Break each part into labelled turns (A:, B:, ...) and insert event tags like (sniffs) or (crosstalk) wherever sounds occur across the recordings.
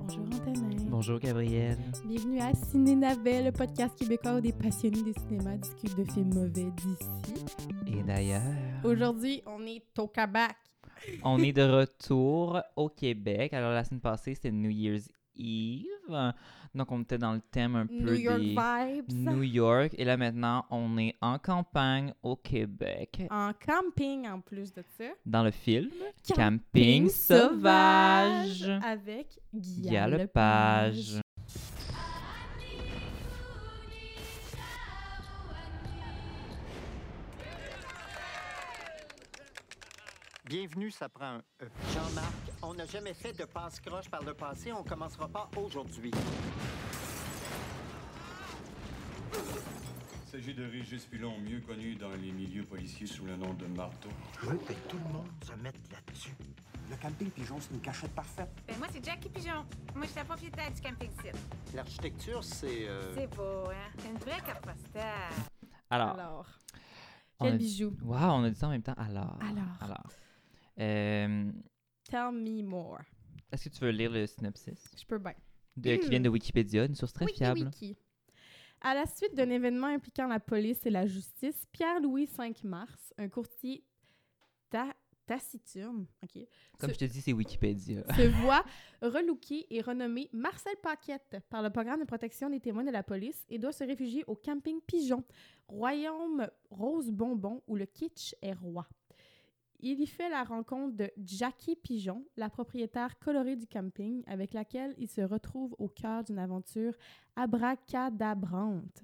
A: Martin.
B: Bonjour Gabriel.
A: Bienvenue à Ciné Navet, le podcast québécois où des passionnés des cinémas discutent de films mauvais d'ici.
B: Et d'ailleurs,
A: Aujourd'hui, on est au Québec.
B: on est de retour au Québec. Alors la semaine passée, c'était New Year's Eve. Donc on était dans le thème un
A: New
B: peu
A: York
B: des
A: Vibes.
B: New York. Et là maintenant, on est en campagne au Québec.
A: En camping en plus de ça.
B: Dans le film
A: Camping
B: Camping Sauvage.
A: Avec
B: Il y a
A: Guy
B: le page.
C: Bienvenue, ça prend un E. Jean-Marc, on n'a jamais fait de passe-croche par le passé, on commencera pas aujourd'hui.
D: Il s'agit de Régis Pilon, mieux connu dans les milieux policiers sous le nom de Marteau.
C: Je veux que tout le monde se mette là-dessus. Le camping pigeon, c'est une cachette parfaite.
E: Ben moi, c'est Jackie Pigeon. Moi, je suis la propriétaire du camping site.
C: L'architecture, c'est... euh,
E: C'est beau, hein? C'est une vraie carte postale.
B: Alors,
A: Alors,
B: Ah. on a
A: quel
B: dit-
A: bijou.
B: Wow, on a dit ça en même temps. Alors.
A: Alors.
B: Euh,
A: Tell me more.
B: Est-ce que tu veux lire le synopsis
A: Je peux bien.
B: de,
A: Hmm.
B: qui vient de Wikipédia, une source très
A: Wiki,
B: fiable?
A: wiki. À la suite d'un événement impliquant la police et la justice, Pierre-Louis 5 mars, un courtier ta- taciturne, ok,
B: Comme je te dis, c'est Wikipédia.
A: se voit relooké et renommé Marcel Paquette par le programme de protection des témoins de la police et doit se réfugier au camping Pigeon, royaume rose bonbon où le kitsch est roi. Il y fait la rencontre de Jackie Pigeon, la propriétaire colorée du camping, avec laquelle il se retrouve au cœur d'une aventure abracadabrante.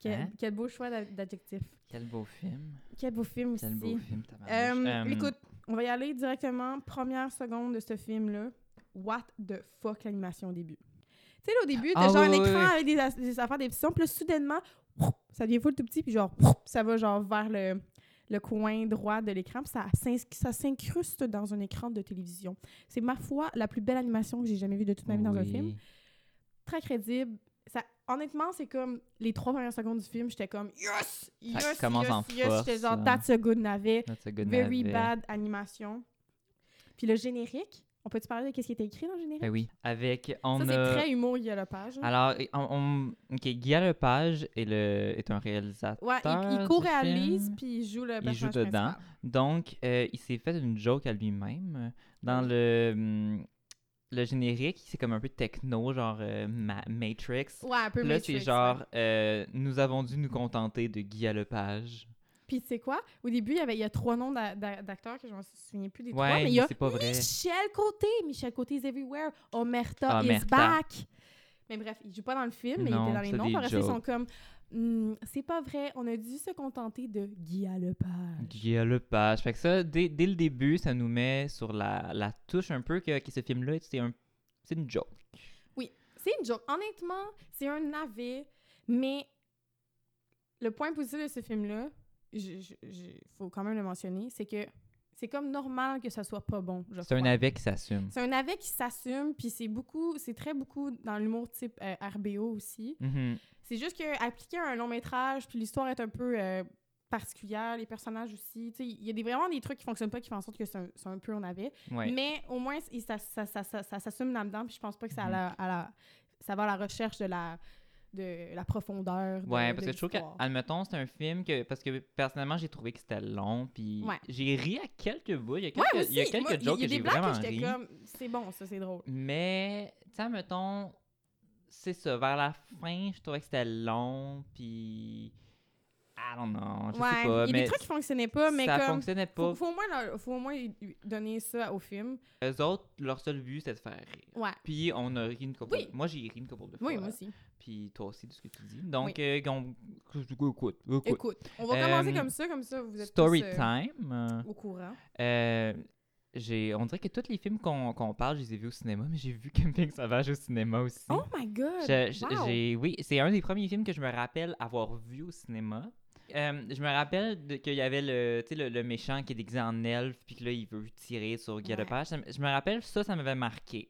A: Quel,
B: Hein?
A: quel beau choix d'a- d'adjectif.
B: Quel beau film.
A: Quel beau film aussi.
B: Quel beau film,
A: Euh,
B: tabarnouche. Euh,
A: Écoute, on va y aller directement, première seconde de ce film-là. What the fuck, l'animation au début. Tu sais, là, au début, t'as
B: Ah
A: genre
B: oui,
A: un
B: oui,
A: écran
B: oui.
A: avec des, as- des affaires, des pistons, puis là, soudainement, ouf, ça devient full tout petit, puis genre, ouf, ça va genre vers le, le coin droit de l'écran, puis ça s'ins- ça s'incruste dans un écran de télévision. C'est, ma foi, la plus belle animation que j'ai jamais vue de toute ma vie dans un
B: oui.
A: film. Très crédible. Ça, honnêtement, c'est comme les trois premières secondes du film, j'étais comme, yes! Yes!
B: commence
A: yes,
B: en
A: yes!
B: force,
A: J'étais genre,
B: là.
A: that's a good navet.
B: That's a good
A: Very
B: navet.
A: bad animation. Puis le générique, on peut-tu parler de qu'est-ce qui était écrit dans le générique?
B: Ben oui. Avec, on
A: ça, c'est
B: a...
A: très humour, il y a la page. hein.
B: Alors, et- on, on- OK, Guy Lepage est, le, est un réalisateur
A: ouais, il, il
B: du
A: co-réalise,
B: film.
A: puis il joue le
B: Il
A: personnage
B: joue dedans.
A: principal.
B: Donc, euh, il s'est fait une joke à lui-même. euh, Dans le, hum, le générique, c'est comme un peu techno, genre euh, Ma- Matrix.
A: Ouais, un peu
B: Là,
A: Matrix,
B: c'est genre,
A: ouais.
B: euh, nous avons dû nous contenter de Guy Lepage.
A: Puis c'est quoi? Au début, il y, avait, il y a trois noms d'a- d'a- d'acteurs que je me souviens plus des trois,
B: Ouais,
A: mais il y
B: mais
A: a
B: c'est pas vrai.
A: Michel Côté! Michel Côté is everywhere! Omerta,
B: Ah, Omerta.
A: is back! Mais bref, il joue pas dans le film, mais il
B: Non,
A: était dans les
B: c'est
A: noms.
B: des
A: Par après, ils
B: jokes.
A: sont comme, Hmm, c'est pas vrai, on a dû se contenter de Guy Lepage.
B: Guy Lepage. Fait que ça, dès, dès le début, ça nous met sur la, la touche un peu que, que ce film-là, c'est un, c'est une joke.
A: C'est une joke. Honnêtement, c'est un navet, mais le point positif de ce film-là, il faut quand même le mentionner, c'est que c'est comme normal que ça soit pas bon. je
B: C'est un
A: crois.
B: navet qui s'assume.
A: C'est un navet qui s'assume, puis c'est beaucoup, c'est très beaucoup dans l'humour type euh, RBO aussi.
B: Mhm.
A: C'est juste que appliquer un long métrage, puis l'histoire est un peu euh, particulière, les personnages aussi. tu sais, Il y a des, vraiment des trucs qui fonctionnent pas, qui font en sorte que c'est un, c'est un peu on avait.
B: Ouais.
A: Mais au moins, il- ça, ça, ça, ça- ça s'assume là-dedans, puis je pense pas que ça,
B: Mhm.
A: à la- à la- ça va à la recherche de la, de la profondeur. de-
B: Ouais,
A: de
B: parce que je trouve que,
A: l'histoire.
B: admettons, c'est un film que, parce que personnellement, j'ai trouvé que c'était long, puis
A: Ouais.
B: j'ai ri à quelques bouts. Il y a
A: Ouais,
B: quelques,
A: moi
B: il y a
A: aussi,
B: quelques
A: moi, il y a
B: jokes que
A: des
B: j'ai
A: blagues
B: vraiment
A: j'étais
B: ri.
A: comme, c'est bon, ça, c'est drôle.
B: Mais, tu sais, admettons, c'est ça, vers la fin, je trouvais que c'était long, puis. I don't know, je
A: ouais,
B: sais pas.
A: il y a
B: mais
A: des trucs qui fonctionnaient pas, mais
B: ça
A: comme.
B: fonctionnait pas.
A: Faut, faut au moins leur- faut au moins y- y donner ça au film.
B: Eux autres, leur seul but, c'était de faire rire.
A: Ouais.
B: Puis on a ri une couple.
A: Oui.
B: Moi, j'ai ri une couple de fois.
A: Oui, moi aussi.
B: Puis toi aussi, de ce que tu dis. Donc, euh, qu'on- que- écoute, écoute.
A: Écoute, on va
B: Euh,
A: commencer comme ça, comme ça, vous êtes
B: Story
A: tous, euh,
B: time. euh,
A: au courant.
B: euh, j'ai, on dirait que tous les films qu'on, qu'on parle, je les ai vus au cinéma, mais j'ai vu (laughs) Camping Sauvage au cinéma aussi.
A: Oh my god!
B: Je- je-
A: wow.
B: j'ai- oui, c'est un des premiers films que je me rappelle avoir vu au cinéma. Euh, je me rappelle de- qu'il y avait le, tu sais, le, le méchant qui est déguisé en elfe, puis que là, il veut tirer sur Guy
A: Ouais.
B: Lepage. Ça m- Je me rappelle, ça, ça m'avait marqué.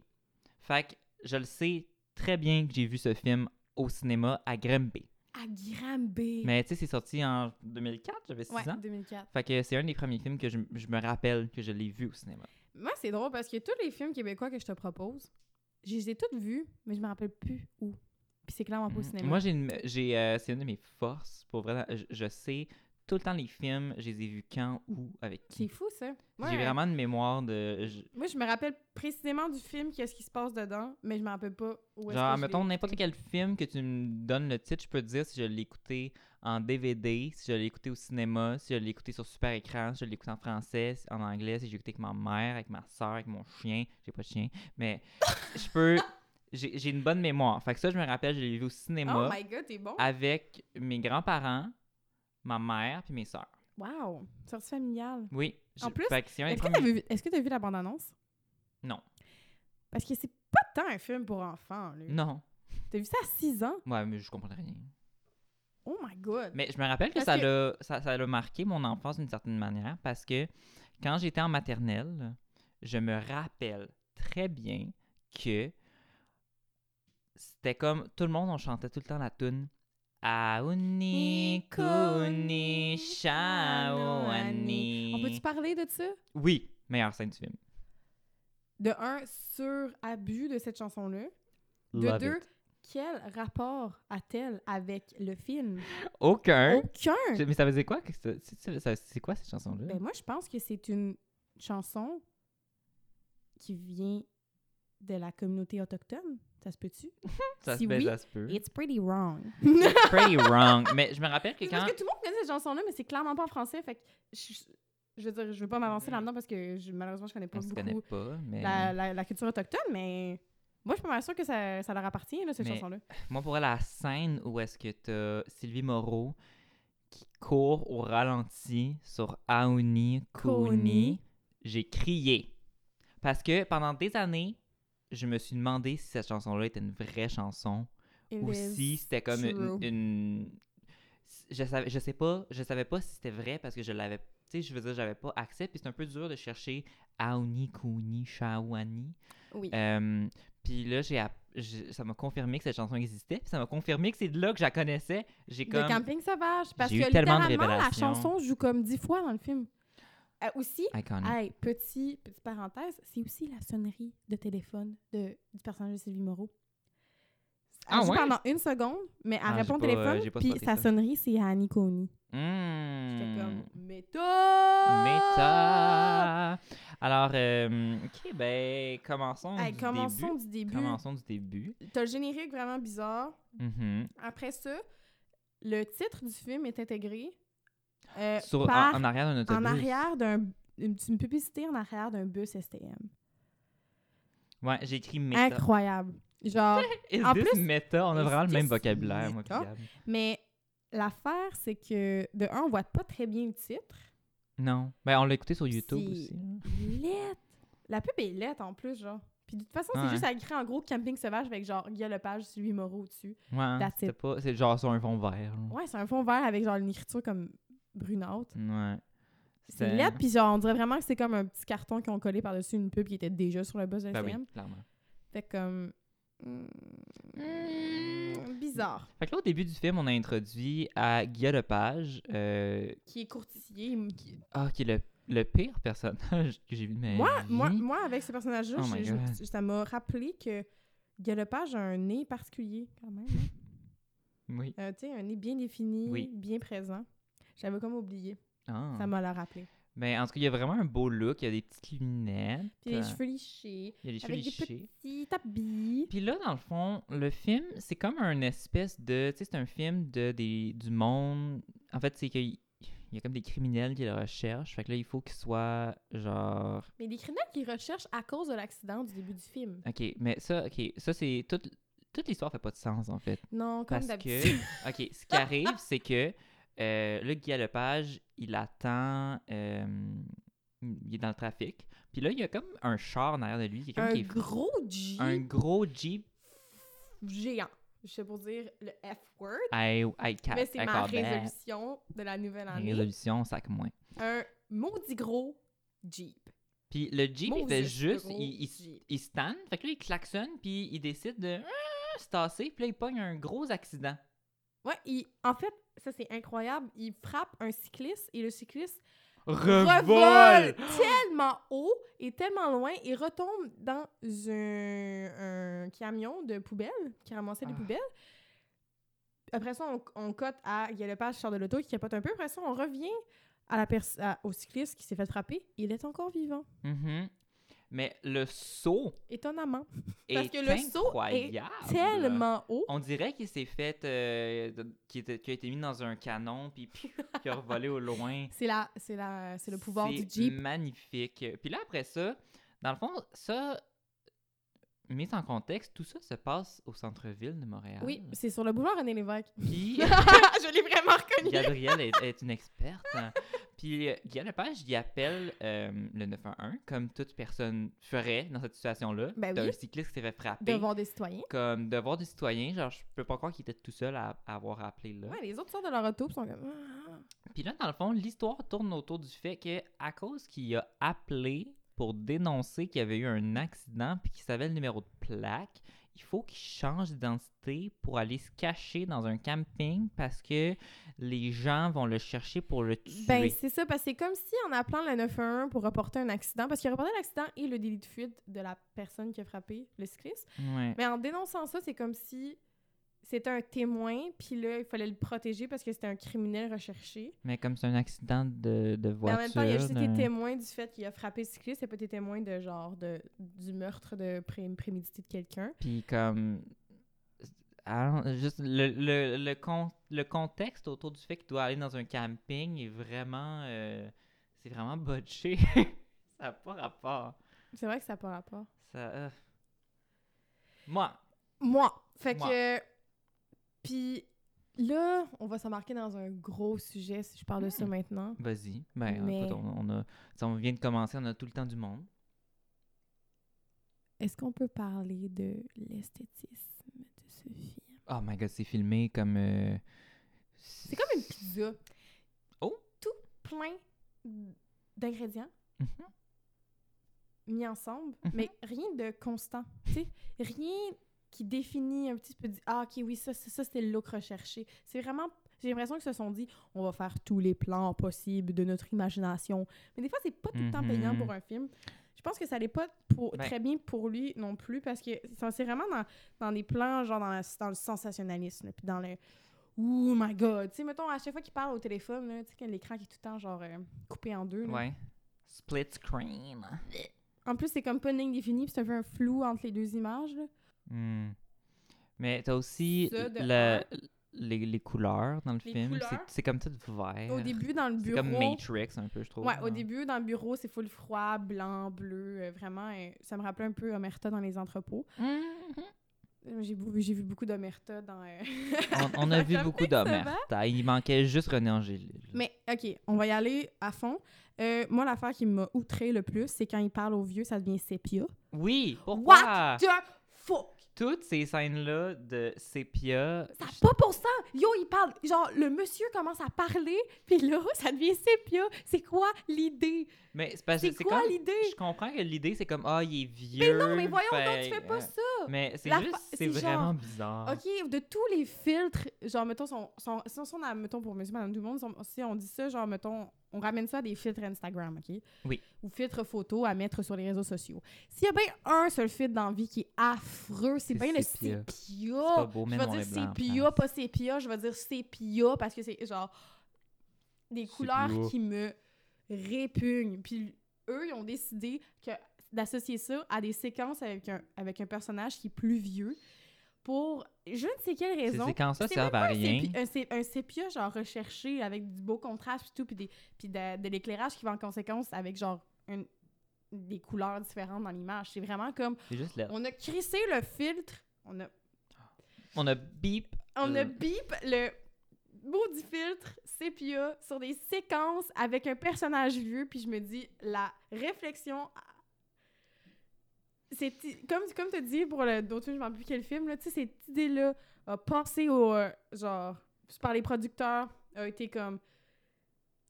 B: Fait que je le sais très bien que j'ai vu ce film au cinéma à Grimby.
A: À Granby.
B: Mais tu sais, c'est sorti en 2004, j'avais 6
A: Ouais,
B: ans.
A: 2004.
B: Fait que c'est un des premiers films que je, je me rappelle que je l'ai vu au cinéma.
A: Moi, c'est drôle parce que tous les films québécois que je te propose, Je les ai toutes vues, mais je me rappelle plus où. Puis c'est clairement pas au
B: Mhm.
A: cinéma.
B: Moi, j'ai une- j'ai, euh, c'est une de mes forces. Pour vrai, je, je sais tout le temps les films, je les ai vus quand, où, avec
A: c'est
B: qui.
A: fou, ça.
B: J'ai
A: Ouais.
B: vraiment une mémoire de. je-
A: Moi, je me rappelle précisément du film, qu'est-ce qui se passe dedans, mais je me rappelle pas où est-ce que je
B: genre,
A: l'ai
B: mettons,
A: écouté.
B: n'importe quel film que tu me donnes le titre, je peux te dire si je l'ai écouté en DVD, si je l'ai écouté au cinéma, si je l'ai écouté sur super écran, si je l'ai écouté en français, si- en anglais, si j'ai écouté avec ma mère, avec ma soeur, avec mon chien. J'ai pas de chien,
A: (laughs)
B: mais je peux. J'ai j'ai une bonne mémoire. Fait que ça, je me rappelle, je l'ai vu au cinéma
A: Oh my god, t'es bon.
B: Ah. avec mes grands-parents, ma mère puis mes soeurs.
A: Wow, sortie familiale.
B: Oui.
A: En
B: je-
A: plus,
B: fait que c'est un des
A: Est-ce que t'as
B: premiers-
A: vu, est-ce que t'as vu la bande-annonce?
B: Non.
A: Parce que c'est pas tant un film pour enfants, là.
B: Non.
A: T'as vu ça à 6 ans?
B: Ouais, mais je comprends rien.
A: Oh my god.
B: Mais je me rappelle que
A: Parce
B: ça l'a ça, ça l'a marqué mon enfance d'une certaine manière parce que quand j'étais en maternelle, je me rappelle très bien que c'était comme tout le monde on chantait tout le temps la tune Auni kuni shao ani.
A: On peut-tu parler de ça?
B: Oui, meilleure scène du film.
A: De un, sur abus de cette chanson-là. De
B: Love
A: deux,
B: it.
A: quel rapport a-t-elle avec le film?
B: Aucun.
A: Aucun!
B: Je- Mais ça faisait quoi? que ça- c'est- ça- C'est quoi cette chanson-là?
A: Ben moi, je pense que c'est une chanson qui vient de la communauté autochtone. Ça se peut-tu?
B: Ça se
A: si
B: ben,
A: oui,
B: ça se peut.
A: It's pretty
B: (laughs)
A: wrong. (laughs)
B: It's pretty wrong. Mais je me rappelle que
A: C'est
B: quand.
A: Parce que tout le monde connaît cette chanson-là, mais c'est clairement pas en français. Fait que je, je- je veux dire, je veux pas m'avancer
B: Mhm.
A: là-dedans parce que je- malheureusement, je connais pas
B: On se connaît
A: beaucoup
B: pas, mais.
A: la, la- la culture autochtone, mais moi, je suis pas mal sûre que ça, ça leur appartient, là, cette
B: Mais-
A: chanson-là.
B: Moi, pour la scène où est-ce que t'as Sylvie Moreau qui court au ralenti sur Aouni Kouni,
A: Kouni.
B: j'ai crié. Parce que pendant des années, je me suis demandé si cette chanson-là était une vraie chanson
A: It
B: ou
A: is
B: si c'était comme une,
A: true.
B: une- je savais je sais pas je savais pas si c'était vrai parce que je l'avais tu sais je veux dire j'avais pas accès puis c'est un peu dur de chercher Aouni Kouni Shawani
A: Oui.
B: Euh, puis là j'ai app- j'ai- ça m'a confirmé que cette chanson existait puis ça m'a confirmé que c'est de là que je la connaissais j'ai
A: Le
B: comme
A: camping sauvage. Parce que
B: J'ai eu tellement de
A: littéralement, la
B: révélations.
A: chanson joue comme dix fois dans le film. Euh, aussi,
B: Iconic.
A: hey, petit, petite parenthèse, c'est aussi la sonnerie de téléphone de, du personnage de Sylvie Moreau. Elle
B: Ah
A: joue
B: ouais?
A: pendant une seconde, mais elle
B: Ah, j'ai
A: répond au
B: pas-
A: téléphone,
B: j'ai pas
A: puis
B: spoté
A: sa
B: ça.
A: sonnerie, c'est à Annie Coney. J'étais
B: Mmh.
A: comme, méta! Ah!
B: Méta! Alors, euh, ok, ben, commençons,
A: Hey,
B: du,
A: commençons
B: début.
A: du début.
B: Commençons du début.
A: T'as le générique vraiment bizarre.
B: Mhm.
A: Après ça, le titre du film est intégré euh,
B: Sur, en-
A: par-
B: en, arrière d'un autobus.
A: en arrière d'un une, une publicité en arrière d'un bus STM.
B: Ouais, j'ai écrit méta.
A: Incroyable.
B: (laughs)
A: Genre,
B: Is
A: En
B: this
A: plus-
B: méta? On a
A: Is
B: vraiment le même
A: this
B: vocabulaire, moi,
A: méta?
B: puis Gab.
A: mais l'affaire c'est que de un on voit pas très bien le titre.
B: Non. Ben, on l'a écouté sur YouTube
A: C'est-
B: aussi. hein. là.
A: Lettre. La pub est lettre en plus genre. Puis de toute façon,
B: Ouais.
A: c'est juste à écrit en gros camping sauvage avec genre Guy Lepage, Sylvie Moreau dessus.
B: Ouais, hein,
A: That's
B: c'était
A: it.
B: pas... C'est genre sur un fond vert. là.
A: Ouais, c'est un fond vert avec genre une écriture comme brunâtre.
B: Ouais.
A: C'est lettre puis genre on dirait vraiment que c'est comme un petit carton qu'ils ont collé par-dessus une pub qui était déjà sur le bus de
B: Ben oui,
A: STM.
B: clairement.
A: Fait comme hmm,
B: Hmm.
A: bizarre,
B: Fait que là, au début du film, on a introduit à Guillaume Lepage, euh,
A: qui est courtisier.
B: ah, qui est le, le pire personnage (laughs) que j'ai vu de ma
A: Moi,
B: vie.
A: moi, moi, avec ce personnage-là,
B: Oh
A: j'ai-
B: my
A: j'ai-
B: God.
A: ça m'a rappelé que Galopage a un nez particulier, quand même. hein.
B: Oui.
A: Euh, tu sais, un nez bien défini,
B: Oui.
A: bien présent. J'avais comme oublié.
B: Ah.
A: Ça m'a le rappelé.
B: Ben, en tout cas, il y a vraiment un beau look. Il y a des petites lunettes.
A: Puis les cheveux lichés,
B: Il y a les cheveux
A: avec des
B: lichés.
A: petits tapis.
B: Puis là, dans le fond, le film, c'est comme un espèce de. Tu sais, c'est un film de, des, du monde. En fait, c'est qu'il il y a comme des criminels qui le recherchent. Fait que là, il faut qu'ils soient genre.
A: Mais des criminels qui recherchent à cause de l'accident du début du film.
B: Ok, mais ça, ok, ça, c'est. Toute, toute l'histoire fait pas de sens, en fait.
A: Non, comme
B: Parce
A: d'habitude.
B: que. (laughs) Ok, ce qui arrive, c'est que. Euh, là, Guy Lepage, il attend. euh, il est dans le trafic. Puis là, il y a comme un char en arrière de lui. qui est comme- qui
A: Un
B: est-
A: gros Jeep
B: un gros Jeep.
A: géant. Je sais pour dire le F-word,
B: I, I ca-
A: mais c'est
B: I
A: ma
B: call that.
A: résolution de la nouvelle année.
B: Résolution, sac moins.
A: Un maudit gros Jeep.
B: Puis le Jeep, il fait
A: Moses
B: juste,
A: gros
B: il, il,
A: Jeep.
B: il stand, fait que là, il klaxonne, puis il décide de ah, se tasser, puis là, il pogne un gros accident.
A: Ouais, il- en fait, ça c'est incroyable. Il frappe un cycliste et le cycliste
B: revole.
A: tellement haut et tellement loin et retombe dans un, un camion de poubelle qui ramassait des
B: Ah.
A: poubelles. Après ça, on, on cote à il y a le page qui sort de l'auto qui capote un peu. Après ça, on revient à la pers- à- au cycliste qui s'est fait frapper. Il est encore vivant,
B: Mhm. Mais le saut
A: étonnamment. Parce
B: est
A: que le saut est
B: incroyable.
A: Tellement haut.
B: On dirait qu'il s'est fait, euh, de- qu'il était- qu'il a été mis dans un canon puis piou,
A: (laughs)
B: qu'il a revolé au loin.
A: C'est la, c'est la, c'est le pouvoir du
B: C'est
A: Jeep.
B: magnifique. Puis là, après ça, dans le fond, ça, mis en contexte, tout ça se passe au centre-ville de Montréal.
A: Oui, c'est sur le boulevard René
B: (laughs)
A: Lévesque. (laughs)
B: Puis
A: je l'ai vraiment reconnu.
B: Gabrielle est, est une experte. Puis euh, Guy Lepage, il appelle euh, le 911, comme toute personne ferait dans cette situation-là.
A: Ben
B: T'as
A: oui.
B: un cycliste qui s'est fait frapper.
A: Devant des citoyens.
B: Comme devoir du citoyen, genre, je peux pas croire qu'il était tout seul à, à avoir appelé là.
A: Ouais, les autres sortent de leur auto et sont comme. Ah, ah.
B: Puis là, dans le fond, l'histoire tourne autour du fait que à cause qu'il a appelé pour dénoncer qu'il y avait eu un accident puis qu'il savait le numéro de plaque, il faut qu'il change d'identité pour aller se cacher dans un camping parce que les gens vont le chercher pour le tuer.
A: Ben, c'est ça, parce que c'est comme si en appelant le 911 pour reporter un accident, parce qu'il a reporté l'accident et le délit de fuite de la personne qui a frappé le cycliste,
B: Ouais.
A: mais en dénonçant ça, c'est comme si c'était un témoin, puis là, il fallait le protéger parce que c'était un criminel recherché.
B: Mais comme c'est un accident de, de
A: Mais
B: voiture.
A: Ben, en même temps, il a juste été
B: d'un-
A: témoin du fait qu'il a frappé le cycliste, il a pas été témoin de genre de, du meurtre de pré- prémédité de quelqu'un.
B: Puis comme... Ah, juste le, le, le, con- le contexte autour du fait qu'il doit aller dans un camping est vraiment... euh, c'est vraiment botché. (laughs) ça n'a pas rapport.
A: C'est vrai que ça n'a pas rapport.
B: Ça, euh. Moi,
A: Moi. Fait
B: Moi.
A: que. Puis là, on va s'embarquer dans un gros sujet si je parle de ça maintenant.
B: vas-y. Ben,
A: Mais-
B: écoute, on, on a, si on vient de commencer, on a tout le temps du monde.
A: Est-ce qu'on peut parler de l'esthétisme de ce film?
B: Oh my god, c'est filmé comme... euh,
A: C'est comme une pizza.
B: Oh!
A: Tout plein d'ingrédients
B: Mhm.
A: mis ensemble,
B: Mhm.
A: mais rien de constant. tu sais. rien qui définit un petit peu. du- Ah, ok, oui, ça, ça, ça, c'était le look recherché. C'est vraiment. J'ai l'impression qu'ils se sont dit, on va faire tous les plans possibles de notre imagination. Mais des fois, c'est pas tout le temps payant
B: Mhm.
A: pour un film. Je pense que ça allait pas pour,
B: Ben-
A: très bien pour lui non plus parce que ça- c'est vraiment dans, dans des plans, genre dans, la- dans le sensationnalisme, puis dans le Oh my god! Tu sais, mettons, à chaque fois qu'il parle au téléphone, là, tu sais, que l'écran qui est tout le temps, genre, euh, coupé en deux. là.
B: Ouais. Split screen.
A: En plus, c'est comme pas une ligne définie, puis c'est un peu un flou entre les deux images. là.
B: Hmm. Mais t'as aussi
A: Ça, de
B: le- les, les couleurs dans le
A: Les
B: film. C'est-
A: couleurs.
B: C'est comme tout vert.
A: Au début, dans le
B: c'est
A: bureau.
B: comme Matrix un peu, je trouve.
A: Ouais, au
B: hein.
A: début, dans le bureau, c'est full froid, blanc, bleu. euh, vraiment, euh, ça me rappelait un peu Omerta dans les entrepôts.
B: Mhm.
A: Euh, J'ai bou- j'ai vu beaucoup d'Omerta dans.
B: (laughs)
A: euh, (laughs)
B: On, on a
A: Ça
B: vu
A: me
B: beaucoup
A: fait que ça
B: d'omerta. Il manquait juste René Angélil.
A: Mais OK, on va y aller à fond. Euh, moi, l'affaire qui m'a outré le plus, c'est quand il parle aux vieux, ça devient sépia.
B: Oui, pourquoi?
A: The fuck?
B: Toutes ces scènes-là de sépia...
A: Ça n'a pas pour ça! Yo, il parle. Genre, le monsieur commence à parler, puis là, (laughs) ça devient sépia. C'est quoi l'idée?
B: Mais c'est parce que
A: C'est
B: c'est
A: quoi
B: comme...
A: l'idée?
B: Je comprends que l'idée, c'est comme, ah, il est
A: Mais
B: vieux.
A: non, mais voyons donc,
B: fait-
A: tu fais pas
B: euh,
A: ça!
B: Mais c'est
A: La fa-
B: juste, c'est
A: c'est genre-
B: vraiment bizarre.
A: OK, de tous les filtres, genre, mettons, son, son, si on- si on a, mettons, pour monsieur, madame, tout le monde, si on- si on dit ça, genre, mettons, on ramène ça à des filtres Instagram, OK?
B: Oui.
A: Ou filtres photos à mettre sur les réseaux sociaux. S'il y a bien un seul filtre dans la vie qui est affreux, c'est
B: C'est
A: bien le
B: sépia.
A: sépia.
B: C'est pas beau,
A: Je
B: même
A: vais
B: on
A: dire
B: est blanc. hein.
A: sépia, pas sépia, je vais dire sépia parce que c'est genre des couleurs
B: Sépia.
A: qui me répugnent. Puis eux, ils ont décidé que d'associer ça à des séquences avec un, avec un personnage qui est plus vieux pour je ne sais quelle
B: Ces
A: raison.
B: séquences-là
A: C'est euh,
B: servent à
A: un
B: rien.
A: sépi- Un, sé- un sépia, genre recherché avec du beau contraste et tout, puis, des, puis de, de l'éclairage qui va en conséquence avec genre un- des couleurs différentes dans l'image. C'est vraiment comme
B: C'est juste là.
A: on a crissé le filtre, on a
B: On a beep.
A: on a
B: Euh.
A: bip le maudit filtre sépia sur des séquences avec un personnage vieux, puis je me dis, la réflexion... C'est comme, comme tu dis pour le- d'autres films, je ne plus quel film, là, tu sais, cette idée-là a pensé au... euh, genre, par les producteurs, a été comme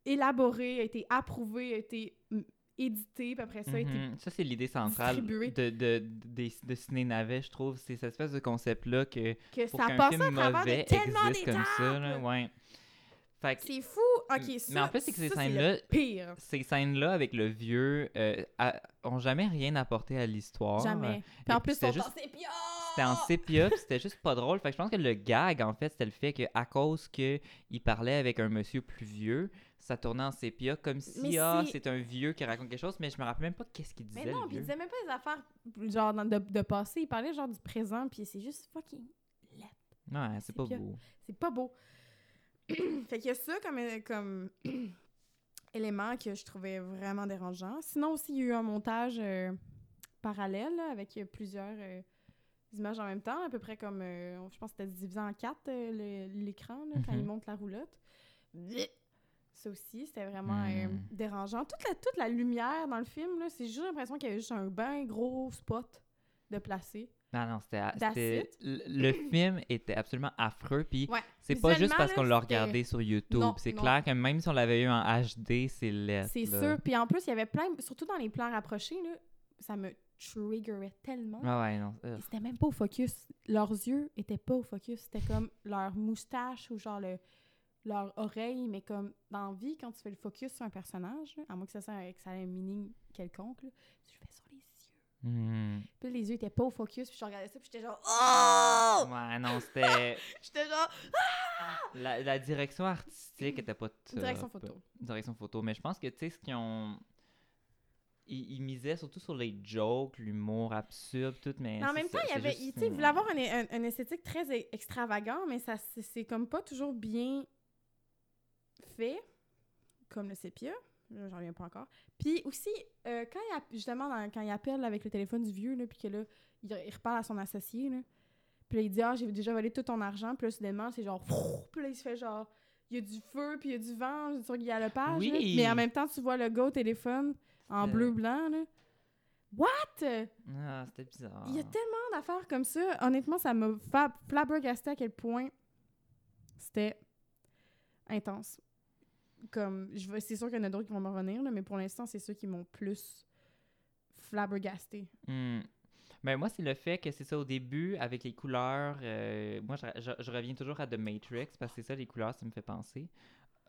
A: élaborée, a été approuvée, a été mm, éditée, puis après ça, a été...
B: Mhm. Ça, c'est l'idée centrale
A: distribué.
B: de, de, des- de Ciné Navet, je trouve. C'est cette espèce de concept-là que
A: Que
B: pour
A: ça a
B: qu'un
A: passé
B: film
A: à travers
B: mauvais
A: de tellement
B: existe comme ça. là,
A: d'étapes!
B: ouais. Fait que
A: C'est fou! Ok, ça,
B: mais en plus, c'est que ces
A: ça, le
B: scènes-là-
A: Pire.
B: ces scènes-là avec le vieux euh, a- ont jamais rien apporté à l'histoire.
A: Jamais. Puis ah! en
B: puis
A: plus,
B: c'était
A: on
B: juste-
A: pense, c'est pire!
B: C'était en sépia, puis c'était juste pas drôle. Fait que je pense que le gag, en fait, c'était le fait que à cause que il parlait avec un monsieur plus vieux, ça tournait en sépia comme si
A: Mais
B: ah,
A: c'est-
B: c'est un vieux qui raconte quelque chose, mais je me rappelle même pas qu'est-ce qu'il disait.
A: Mais non,
B: le
A: puis il
B: vieux.
A: disait même pas des affaires genre dans- de, de passé. Il parlait genre du présent, puis c'est juste fucking.
B: Ouais, c'est pas
A: Sépia.
B: beau.
A: C'est pas beau. (clears throat) fait que ça comme, euh, comme (clears throat) élément que je trouvais vraiment dérangeant. Sinon aussi, il y a eu un montage euh, parallèle là, avec euh, plusieurs euh, images en même temps, à peu près comme, euh, je pense que c'était divisé en quatre euh, le- l'écran là, quand
B: Mhm.
A: il monte la roulotte. Bleh. Ça aussi, c'était vraiment euh,
B: Mm.
A: dérangeant. Toute la, toute la lumière dans le film, là, c'est juste l'impression qu'il y avait juste un bien gros spot de placé.
B: Non, non, c'était.
A: That's
B: c'était-
A: it. (clears throat)
B: Le le film était absolument affreux, puis
A: Ouais.
B: c'est pas juste
A: Visuellement,
B: parce
A: là,
B: qu'on l'a
A: c'était-
B: regardé sur YouTube.
A: Non,
B: C'est
A: non.
B: clair que même si on l'avait eu en HD, c'est laid.
A: C'est
B: là.
A: sûr. Puis en plus, il y avait plein, surtout dans les plans rapprochés, là, ça me triggerait tellement.
B: Ah ouais, non. euh,
A: Et C'était même pas au focus. Leurs yeux étaient pas au focus. C'était comme leur moustache ou genre le, leur oreille, mais comme dans la vie, quand tu fais le focus sur un personnage, là, à moins que ça, soit- que ça ait un meaning quelconque, là, tu le fais sur les yeux.
B: hmm.
A: Puis les yeux étaient pas au focus, puis je regardais ça, puis j'étais genre Oh!
B: Ouais, non, c'était.
A: (laughs) J'étais genre
B: La, la direction artistique était pas top.
A: Direction photo.
B: Direction photo. Mais je pense que, tu sais, ce qu'ils ont. Ils, ils misaient surtout sur les jokes, l'humour absurde, tout, mais.
A: Mais en
B: c'est
A: même
B: ça,
A: temps, il y
B: c'est
A: avait,
B: juste,
A: il- tu sais, il
B: euh,
A: voulait avoir un, un- un esthétique très e- extravagant, mais ça, c'est c'est comme pas toujours bien fait, comme le sépia. Là, J'en reviens pas encore. Puis aussi, euh, quand il, app- justement, dans- quand il appelle avec le téléphone du vieux, là, puis que là, il, il reparle à son associé, là, puis là, il dit « Ah, j'ai déjà volé tout ton argent », puis là, soudainement, c'est genre... Pfff Puis là, il se fait genre... Il y a du feu, puis il y a du vent sur Guy Lepage.
B: Oui. Euh.
A: là. Mais en même temps, tu vois le gars au téléphone en
B: C'était-
A: bleu-blanc, là. What?
B: Ah, c'était bizarre.
A: Il y a tellement d'affaires comme ça. Honnêtement, ça m'a fa- flabbergasté à quel point c'était intense. Comme, je vais- c'est sûr qu'il y en a d'autres qui vont me revenir, là, mais pour l'instant, c'est ceux qui m'ont plus flabbergasté.
B: Hmm. Ben, moi, c'est le fait que c'est ça au début, avec les couleurs. euh, moi, je, je- je reviens toujours à The Matrix parce que c'est ça, les couleurs, ça me fait penser.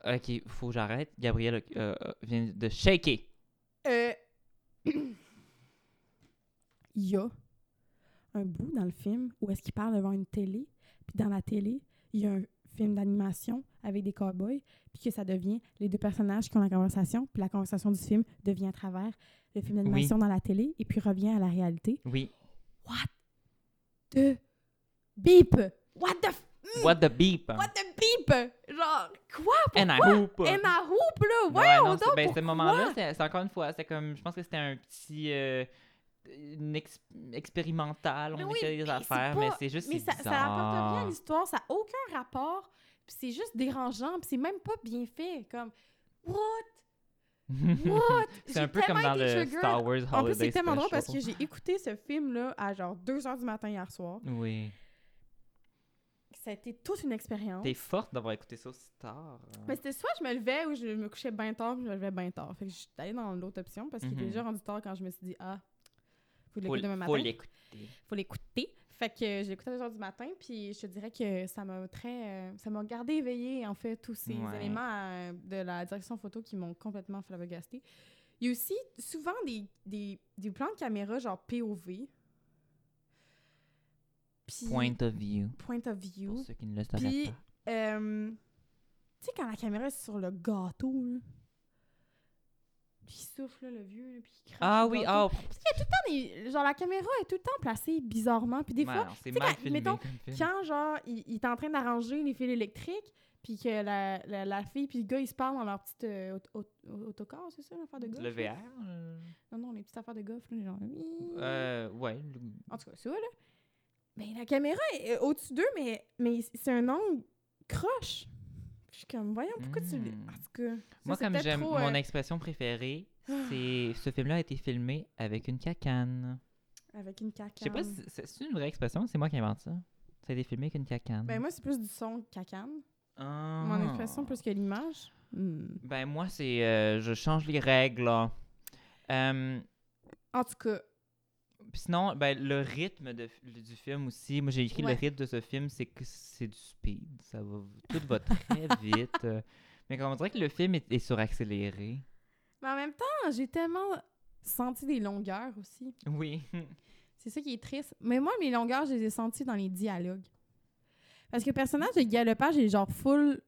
B: Ok, faut que j'arrête. Gabriel euh, euh, vient de shaker.
A: Euh, (clears throat) Il y a un bout dans le film où est-ce qu'il parle devant une télé, puis dans la télé, il y a un film d'animation avec des cowboys, puis que ça devient les deux personnages qui ont la conversation, puis la conversation du film devient à travers le film d'animation dans la télé, et puis revient à la réalité.
B: Oui.
A: De beep! What the f-
B: What the beep?
A: What the beep? Genre, quoi?
B: And I
A: Pourquoi?
B: hope.
A: And I hope, là!
B: Ouais,
A: Voyons
B: non, c'est-
A: donc,
B: ben, ce
A: pourquoi?
B: moment-là, c'est c'est encore une fois, c'est comme, je pense que c'était un petit, euh, une ex- expérimental,
A: Mais
B: on
A: oui,
B: essayait des
A: mais c'est
B: affaires, mais
A: pas-
B: c'est juste,
A: Mais
B: c'est
A: ça, ça apporte rien
B: bizarre.
A: à l'histoire, ça n'a aucun rapport, puis c'est juste dérangeant, puis c'est même pas bien fait. Comme, what?
B: (laughs)
A: What?
B: c'est
A: J'ai
B: un peu comme
A: tellement
B: dans
A: été
B: le
A: triggered.
B: Star Wars Holiday
A: En plus, c'est tellement drôle
B: Special.
A: parce que j'ai écouté ce film-là à genre 2 h du matin hier soir.
B: Oui.
A: Ça a été toute une expérience.
B: T'es forte d'avoir écouté ça aussi tard. euh.
A: Mais c'était soit je me levais ou je me couchais bien tard, puis je me levais bien tard. Fait que je suis allée dans l'autre option parce qu'il
B: Mhm.
A: était déjà rendu tard quand je me suis dit, ah, faut
B: Faut
A: l'écouter demain
B: l-
A: matin.
B: faut l'écouter.
A: faut l'écouter. Fait que euh, je l'écoutais à 2 heures du matin, puis je te dirais que ça m'a très. euh, ça m'a gardé éveillée, en fait, tous ces
B: Ouais.
A: éléments euh, de la direction photo qui m'ont complètement flabbergastée. Il y a aussi souvent des, des, des plans de caméra genre POV. Puis.
B: Point Oh, of view,
A: point of view.
B: pour ceux qui ne le sauraient
A: Puis,
B: pas.
A: euh, tu sais, quand la caméra est sur le gâteau, là, puis il souffle, là, le vieux, là, puis il crache
B: Ah
A: le
B: oui,
A: gâteau.
B: ah,
A: Et, genre, la caméra est tout le temps placée bizarrement. Puis des
B: ouais,
A: fois,
B: non, c'est
A: tu sais,
B: mal
A: quand-
B: filmé
A: mettons,
B: comme film.
A: quand, genre, il, il est en train d'arranger les fils électriques, puis que la, la, la fille puis le gars, ils se parlent dans leur petite euh, auto- auto- autocar, c'est ça, l'affaire de golf?
B: Le
A: là?
B: VR? euh,
A: Non, non, les petites affaires de golf, là, genre...
B: euh, ouais. le-
A: En tout cas, ça, là. Ben, la caméra est euh, au-dessus d'eux, mais, mais c'est un angle croche. Je suis comme, voyons, pourquoi tu... l'es-
B: Mm.
A: En tout cas... ça,
B: Moi,
A: c'est
B: comme
A: peut-être
B: j'aime
A: trop,
B: mon
A: euh, (gasps)
B: expression préférée, c'est ce film-là a été filmé avec une cacane.
A: Avec une cacane.
B: Je sais pas si c'est c'est une vraie expression, c'est moi qui invente ça. Ça a été filmé avec une cacane.
A: Ben, moi, c'est plus du son cacane.
B: Ah.
A: Mon expression plus que l'image. Hmm.
B: Ben moi c'est euh, je change les règles. là. Euh,
A: En tout cas,
B: Puis sinon, ben, le rythme de- le- du film aussi, moi j'ai écrit
A: Ouais.
B: le rythme de ce film, c'est que c'est du speed. Ça va, tout va très vite. euh, mais comme on dirait que le film est, est suraccéléré.
A: Mais en même temps, j'ai tellement senti des longueurs aussi.
B: (laughs) Oui.
A: C'est ça qui est triste. Mais moi, mes longueurs, je les ai senties dans les dialogues. Parce que le personnage de Galopage est genre full. Tu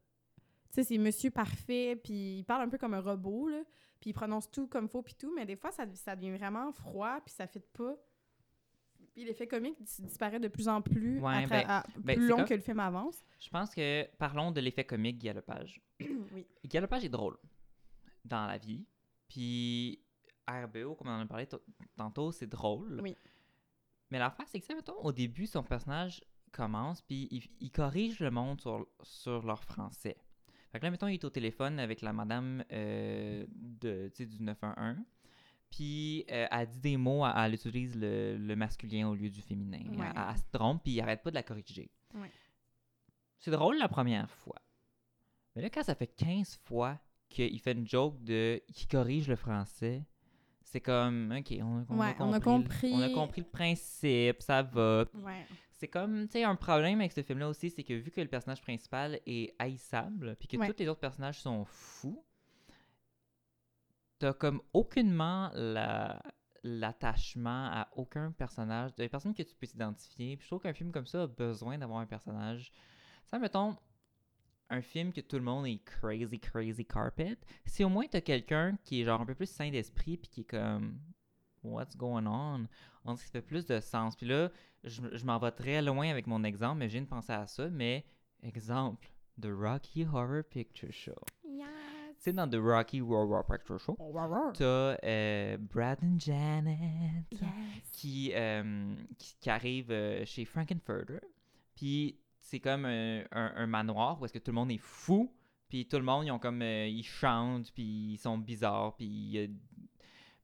A: sais, c'est monsieur parfait, puis il parle un peu comme un robot, là. Puis il prononce tout comme faux, puis tout. Mais des fois, ça, ça devient vraiment froid, puis ça fit pas. Puis l'effet comique dis- disparaît de plus en plus,
B: Ouais,
A: à tra-
B: ben-
A: à-
B: ben,
A: plus
B: c'est
A: long
B: comme-
A: que le film avance.
B: Je pense que parlons de l'effet comique Galopage.
A: oui.
B: Galopage est drôle dans la vie. Puis RBO, comme on en a parlé t- tantôt, c'est drôle.
A: Oui.
B: Mais l'affaire, c'est que, ça, mettons, au début, son personnage commence, puis il, il corrige le monde sur, sur leur français. Fait que là, mettons, il est au téléphone avec la madame euh, de, tu sais, du 911. Puis euh, elle dit des mots, elle, elle utilise le, le masculin au lieu du féminin. Elle-
A: Ouais.
B: Elle, elle se trompe, puis il arrête pas de la corriger.
A: Ouais.
B: C'est drôle la première fois. Mais là, quand ça fait 15 fois qu'il fait une joke de qui corrige le français, c'est comme, OK, on a, on a
A: Ouais, on a
B: compris. le- On a
A: compris.
B: compris le principe, ça va.
A: Ouais.
B: C'est comme, tu sais, un problème avec ce film-là aussi, c'est que vu que le personnage principal est haïssable, puis que
A: Ouais.
B: tous les autres personnages sont fous, t'as comme aucunement la- l'attachement à aucun personnage, de personne que tu peux t'identifier. Puis je trouve qu'un film comme ça a besoin d'avoir un personnage. Ça, mettons, un film que tout le monde est crazy, crazy carpet. Si au moins t'as quelqu'un qui est genre un peu plus sain d'esprit, puis qui est comme, what's going on? On dirait que ça fait plus de sens. Puis là, je, je m'en vais très loin avec mon exemple, mais j'ai une pensée à ça. Mais exemple, The Rocky Horror Picture Show. Tu sais, dans The Rocky Horror Picture Show, t'as euh, Brad and Janet qui, euh, qui, qui arrive euh, chez Frankenfurter. Puis c'est comme un, un- un manoir où est-ce que tout le monde est fou. Puis tout le monde, ils ont comme. euh, ils chantent, puis ils sont bizarres. Puis. euh,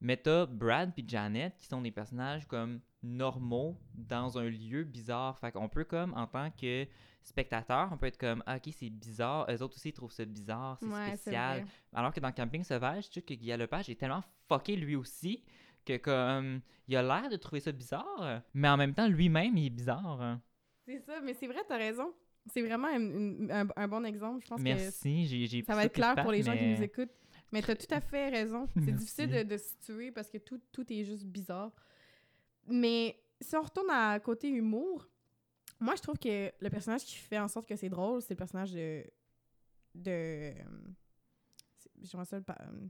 B: Mais t'as Brad puis Janet qui sont des personnages comme normaux dans un lieu bizarre. Fait qu'on peut comme, en tant que spectateur, on peut être comme, ah, ok, c'est bizarre. Eux autres aussi, ils trouvent ça bizarre, c'est
A: Ouais, c'est
B: spécial.
A: vrai.
B: Alors que dans Camping Sauvage, je trouve que Guy Lepage est tellement fucké lui aussi que comme il a l'air de trouver ça bizarre, mais en même temps lui-même il est bizarre.
A: C'est ça, mais c'est vrai, t'as raison. C'est vraiment une- une- un, un bon exemple. Je pense que
B: Merci, j'ai j'ai
A: Ça
B: pris
A: va être
B: tout de
A: clair
B: patte,
A: pour les gens qui
B: mais-
A: nous écoutent. Mais tu as tout à fait raison. C'est
B: Merci.
A: difficile de, de se situer parce que tout, tout est juste bizarre. Mais si on retourne à côté humour, moi, je trouve que le personnage qui fait en sorte que c'est drôle, c'est le personnage de. de. euh, c'est- J'aimerais ça le. pa- euh,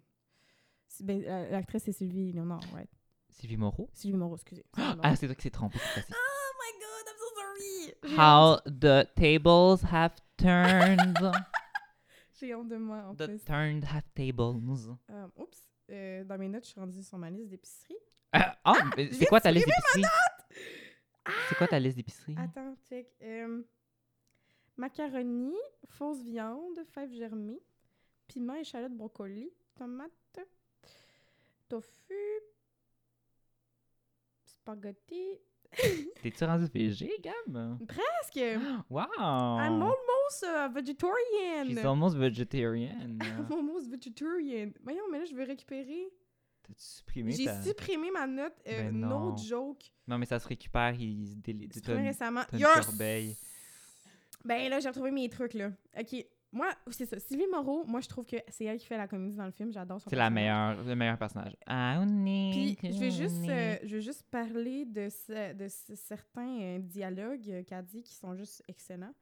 A: c'est- ben, la- L'actrice, c'est Sylvie Léonard, right?
B: Sylvie Moreau.
A: Sylvie Moreau, excusez. Sylvie Moreau.
B: Ah, c'est toi qui s'est trompé. c'est facile.
A: (laughs) Oh my god, I'm so sorry! J'ai honte-
B: How the tables have turned.
A: J'ai honte de moi, (laughs) en
B: the
A: plus.
B: turned have tables.
A: Euh, oups, euh, dans mes notes, je suis rendue sur ma liste d'épicerie.
B: Ah, ah, mais
A: j'ai
B: c'est quoi ta liste
A: supprimé Ah!
B: d'épicerie C'est quoi ta liste d'épicerie
A: Attends, check. Euh, macaroni, fausse viande, fèves germées, piment, échalote, brocoli, tomate, tofu, spaghetti.
B: T'es-tu rendu végé, Gab
A: Parce que
B: Wow.
A: I'm almost a vegetarian.
B: She's almost vegetarian.
A: (laughs) I'm almost vegetarian. Voyons, mais là, je vais récupérer.
B: T'as-tu supprimé
A: J'ai
B: ta...
A: supprimé ma note. euh,
B: Ben
A: no
B: non.
A: joke.
B: Non, mais ça se récupère, il se délit.
A: Supprimé récemment.
B: t'as une
A: Yes!
B: corbeille.
A: Ben là, j'ai retrouvé mes trucs, là. OK. Moi, c'est ça. Sylvie Moreau, moi, je trouve que c'est elle qui fait la comédie dans le film. J'adore son
B: C'est la
A: personnage.
B: meilleure, le meilleur personnage. Ah, on est.
A: Puis, je vais
B: on
A: juste, euh,
B: est.
A: je vais juste parler de, ce- de ce- certains euh, dialogues euh, qu'elle dit qui sont juste excellents.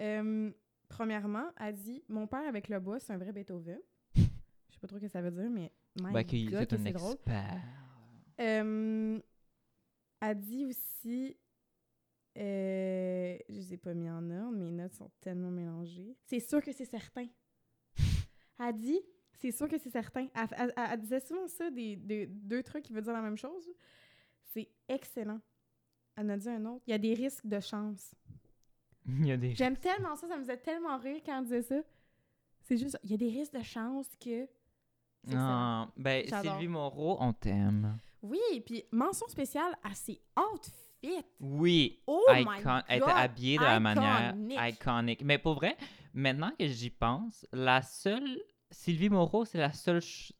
A: Euh, premièrement, elle dit Mon père avec le bois, c'est un vrai Beethoven. Je sais pas trop ce que ça veut dire, mais my
B: Ben, qu'il-
A: God,
B: c'est
A: que
B: un
A: c'est drôle.
B: expert. (laughs)
A: Euh, elle dit aussi euh, Je les ai pas mis en ordre, mes notes sont tellement mélangées. C'est sûr que c'est certain. (laughs) Elle dit C'est sûr que c'est certain. Elle, elle- elle- elle disait souvent ça, des, des- deux trucs qui veulent dire la même chose. C'est excellent. Elle en a dit un autre. Il y a des risques de chance.
B: Il y a des.
A: J'aime tellement ça, ça me faisait tellement rire quand elle disait ça. C'est juste, il y a des risques de chance que. C'est excellent.
B: Non, ben,
A: J'adore.
B: Sylvie Moreau, on t'aime.
A: Oui, puis mention spéciale à ses outfits.
B: Oui.
A: Oh my
B: Icon- Elle était
A: God,
B: habillée de la manière
A: iconique.
B: iconique. Mais pour vrai, maintenant que j'y pense,
A: (laughs)
B: la seule. Sylvie Moreau, c'est la seule. ch-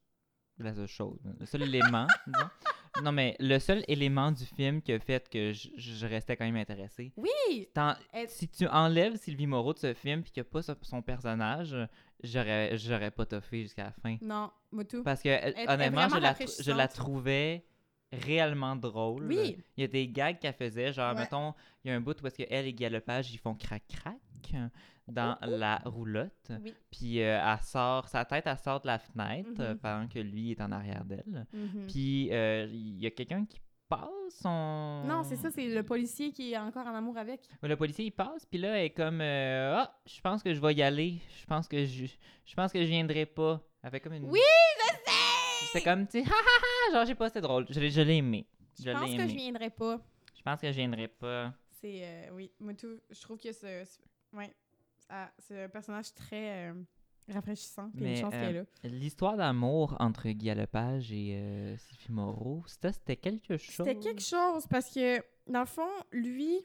B: La seule chose. Le seul élément, disons, Non, mais le seul élément du film qui a fait que je, je restais quand même intéressé.
A: Oui!
B: T'en-
A: Elle-
B: Si tu enlèves Sylvie Moreau de ce film puis qu'il n'y a pas son- son personnage, j'aurais j'aurais pas toffé jusqu'à la fin.
A: Non, Moutou.
B: Parce que, elle-
A: Elle est
B: honnêtement, je
A: vraiment
B: la, tr- je la
A: rafraîchissante.
B: trouvais réellement drôle.
A: Oui.
B: Il y a des gags qu'elle faisait, genre,
A: Ouais.
B: mettons, il y a un bout où est-ce qu'elle et Guy Lepage, ils font crac-crac euh, dans la roulotte.
A: Oh, Oui.
B: Puis euh, elle sort, sa tête, elle sort de la fenêtre
A: Mhm.
B: euh, pendant que lui est en arrière d'elle.
A: Mhm.
B: Puis euh, il y a quelqu'un qui passe son...
A: Non, c'est ça, c'est le policier qui est encore en amour avec.
B: Le policier, il passe, puis là, elle est comme euh, Ah, je pense que je vais y aller. Je pense que je, je pense que je viendrai pas. » Elle fait comme une...
A: Oui, je sais!
B: C'est comme, tu sais, (laughs) ha ha ha, genre, je sais pas, c'était drôle. Je, l'ai- je l'ai aimé. Je
A: Je pense
B: l'ai
A: que je
B: aimé.
A: viendrai pas.
B: Je pense que je viendrai pas.
A: C'est. euh, oui, Moutou, je trouve que ce. ce- ouais. Ah, c'est un personnage très euh, rafraîchissant. Puis une
B: Mais,
A: chance
B: euh,
A: qu'elle est là.
B: L'histoire d'amour entre Guy Lepage et euh, Sylvie Moreau, c'était c'était quelque chose.
A: C'était quelque chose parce que, dans le fond, lui,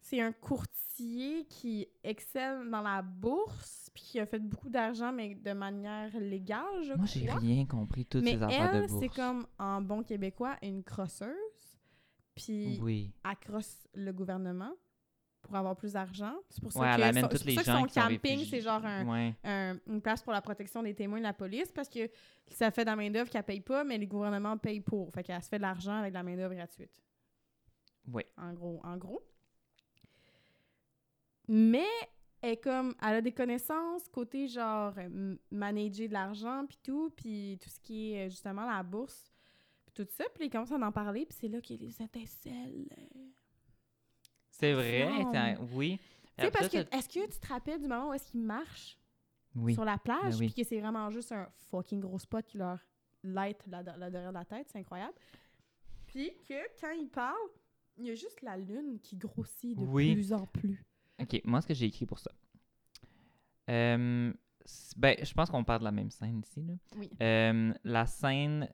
A: c'est un courtier qui excelle dans la bourse puis qui a fait beaucoup d'argent, mais de manière légale, je
B: Moi, j'ai
A: crois.
B: rien compris, toutes
A: mais
B: ces affaires de
A: elle,
B: bourse.
A: c'est comme, en bon québécois, une crosseuse. Puis
B: Oui.
A: elle crosse le gouvernement pour avoir plus d'argent. C'est pour ça
B: Ouais,
A: que
B: elle amène
A: son,
B: tous
A: c'est
B: les
A: pour ça
B: gens
A: que
B: qui sont
A: son camping,
B: réfugiés.
A: c'est genre un,
B: Ouais.
A: un- une place pour la protection des témoins de la police parce que ça fait de la main-d'œuvre qu'elle paye pas, mais les gouvernements payent pour. Fait qu'elle se fait de l'argent avec de la main-d'œuvre gratuite.
B: Oui.
A: En gros, en gros. Mais elle est comme elle a des connaissances côté genre euh, manager de l'argent puis tout, puis tout ce qui est euh, justement la bourse puis tout ça, puis ils commencent à en parler, puis c'est là qu'il y a les étincelles. euh.
B: C'est vrai.
A: flamme.
B: t'as-
A: Tu
B: Oui.
A: sais
B: Après
A: parce
B: ça,
A: que
B: t'as-
A: est-ce que tu te rappelles du moment où est-ce qu'ils marchent
B: Oui.
A: sur la plage,
B: Ben oui.
A: puis que c'est vraiment juste un fucking gros spot qui leur light la, la derrière de la tête, c'est incroyable. Puis que quand ils parlent, il y a juste la lune qui grossit de
B: Oui.
A: plus en plus.
B: OK, moi, ce que j'ai écrit pour ça. Euh, c'est- ben, je pense qu'on parle de la même scène ici. Là.
A: Oui.
B: Euh, la scène...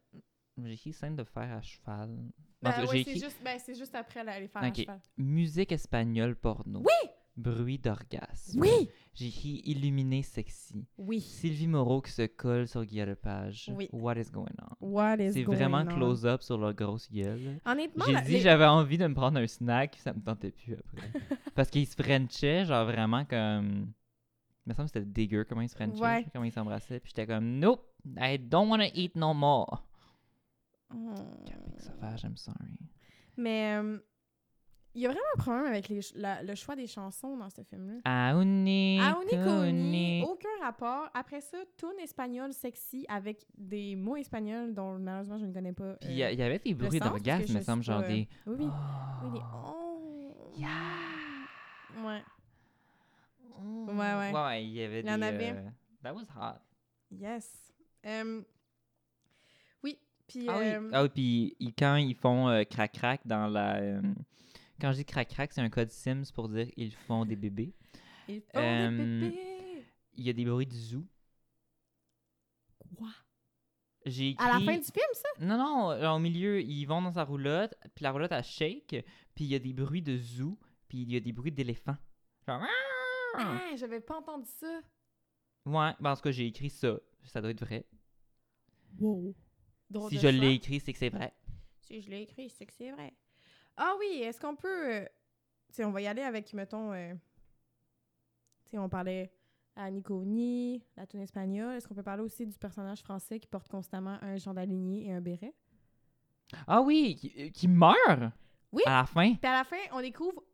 B: J'ai écrit scène de fer à cheval. Parce que j'ai écrit-
A: juste, ben, c'est juste après les faire
B: à Ok. cheval. Musique espagnole porno. Oui! Bruit d'orgasme.
A: Oui!
B: J'ai écrit illuminé sexy.
A: Oui.
B: Sylvie Moreau qui se colle sur Guy Lepage.
A: Oui.
B: What is going on?
A: What is
B: C'est
A: going
B: vraiment
A: on?
B: close-up sur leur grosse gueule.
A: Honnêtement,
B: J'ai
A: la-
B: dit
A: les-
B: j'avais envie de me prendre un snack, ça me tentait plus après.
A: (laughs)
B: Parce qu'ils se frenchaient, genre vraiment comme. Il me semble que c'était dégueu comment ils se frenchaient,
A: Ouais.
B: comment ils s'embrassaient. Puis j'étais comme Nope, I don't wanna eat no more.
A: Oh.
B: Camping sauvage, I'm sorry.
A: Mais euh, il y a vraiment un problème avec les ch- la- le choix des chansons dans ce film-là.
B: Aoni,
A: Aonikoni,
B: Aoni.
A: aucun rapport. Après ça, tourne espagnol sexy avec des mots espagnols dont malheureusement je ne connais pas.
B: Puis il y, a-
A: euh,
B: il y avait des
A: le
B: bruits
A: sens, parce que
B: d'orgasme,
A: je
B: me semble,
A: suis pas,
B: genre
A: euh,
B: des.
A: Oui, oui. Oui, des
B: Oh.
A: oh.
B: Yeah.
A: Ouais. Ouais, ouais.
B: Ouais, ouais, il y avait
A: Il y en
B: des,
A: avait.
B: euh, That was hot.
A: Yes. Euh, oui, puis.
B: Ah oui.
A: euh,
B: Ah oui, puis ils- quand ils font euh, crac-crac dans la. euh, quand je dis crac-crac, c'est un code Sims pour dire ils font des bébés.
A: ils font
B: euh,
A: des pépés.
B: Il y a des bruits du zoo.
A: Quoi?
B: J'ai écrit...
A: À la fin du film, ça?
B: Non, non, genre, au milieu, ils vont dans sa roulotte, puis la roulotte, elle shake, puis il y a des bruits de zoo, puis il y a des bruits d'éléphants. Genre... Ah!
A: Ah, j'avais pas entendu ça.
B: Ouais, ben, en tout cas, j'ai écrit ça. Ça doit être vrai.
A: Wow. Drôle
B: si
A: de
B: je
A: choix.
B: l'ai écrit, c'est que c'est vrai.
A: Si je l'ai écrit, c'est que c'est vrai. Ah oui, est-ce qu'on peut. euh, tu sais, on va y aller avec, mettons. euh, tu sais, on parlait à Niconi, la tune espagnole. Est-ce qu'on peut parler aussi du personnage français qui porte constamment un gendarmier et un béret?
B: Ah oui, qui, qui meurt
A: Oui.
B: à la fin.
A: Puis à la fin, on découvre,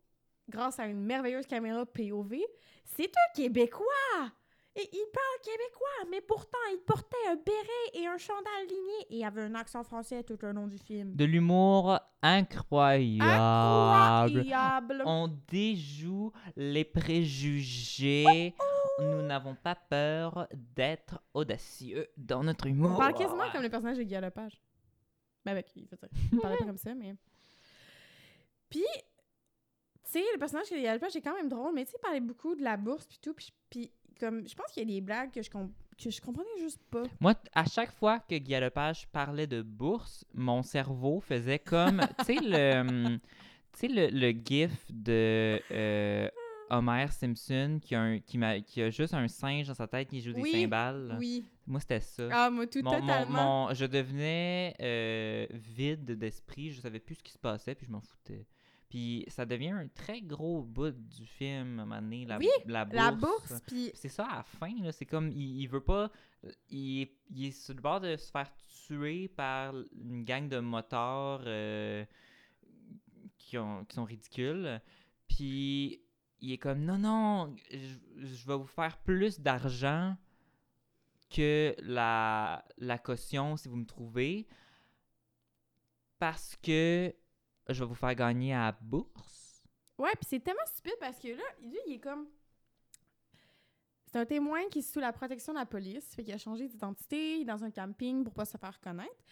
A: grâce à une merveilleuse caméra POV, c'est un Québécois! Et il parle québécois, mais pourtant, il portait un béret et un chandail ligné et avait un accent français tout le long du film.
B: De l'humour incroyable.
A: Incroyable!
B: On déjoue les préjugés. Nous n'avons pas peur d'être audacieux dans notre humour.
A: On parle quasiment comme le personnage de Guy Lepage. Ben avec, il,
B: (laughs)
A: fait ça. il parlait pas comme ça, mais... Puis, tu sais, le personnage de Guy Lepage est quand même drôle, mais tu sais, il parlait beaucoup de la bourse puis tout, puis- puis comme, je pense qu'il y a des blagues que je, com- que je comprenais juste pas.
B: Moi, t- à chaque fois que Guy Lepage parlait de bourse, mon
A: (laughs)
B: cerveau faisait comme, tu sais, le, hum, tu sais, le, le gif de euh, Homer Simpson qui a, un- qui m'a- qui a juste un singe dans sa tête qui joue
A: Oui,
B: des cymbales.
A: Oui.
B: Moi, c'était ça.
A: Ah, moi, tout
B: Mon- mon-
A: totalement.
B: mon- je devenais euh, vide d'esprit, je savais plus ce qui se passait, puis je m'en foutais. Puis ça devient un très gros bout du film, à un moment donné, la,
A: Oui,
B: la bourse.
A: La bourse, puis
B: Puis C'est ça, à la fin, là, c'est comme, il, il veut pas, il, est- il est sur le bord de se faire tuer par une gang de motards euh, qui, ont, qui sont ridicules. Puis il est comme, non, non, je, je vais vous faire plus d'argent que la, la caution si vous me trouvez parce que je vais vous faire gagner à la bourse.
A: Ouais, puis c'est tellement stupide parce que là, lui, il est comme. C'est un témoin qui est sous la protection de la police, fait qu'il a changé d'identité, il est dans un camping pour pas se faire connaître.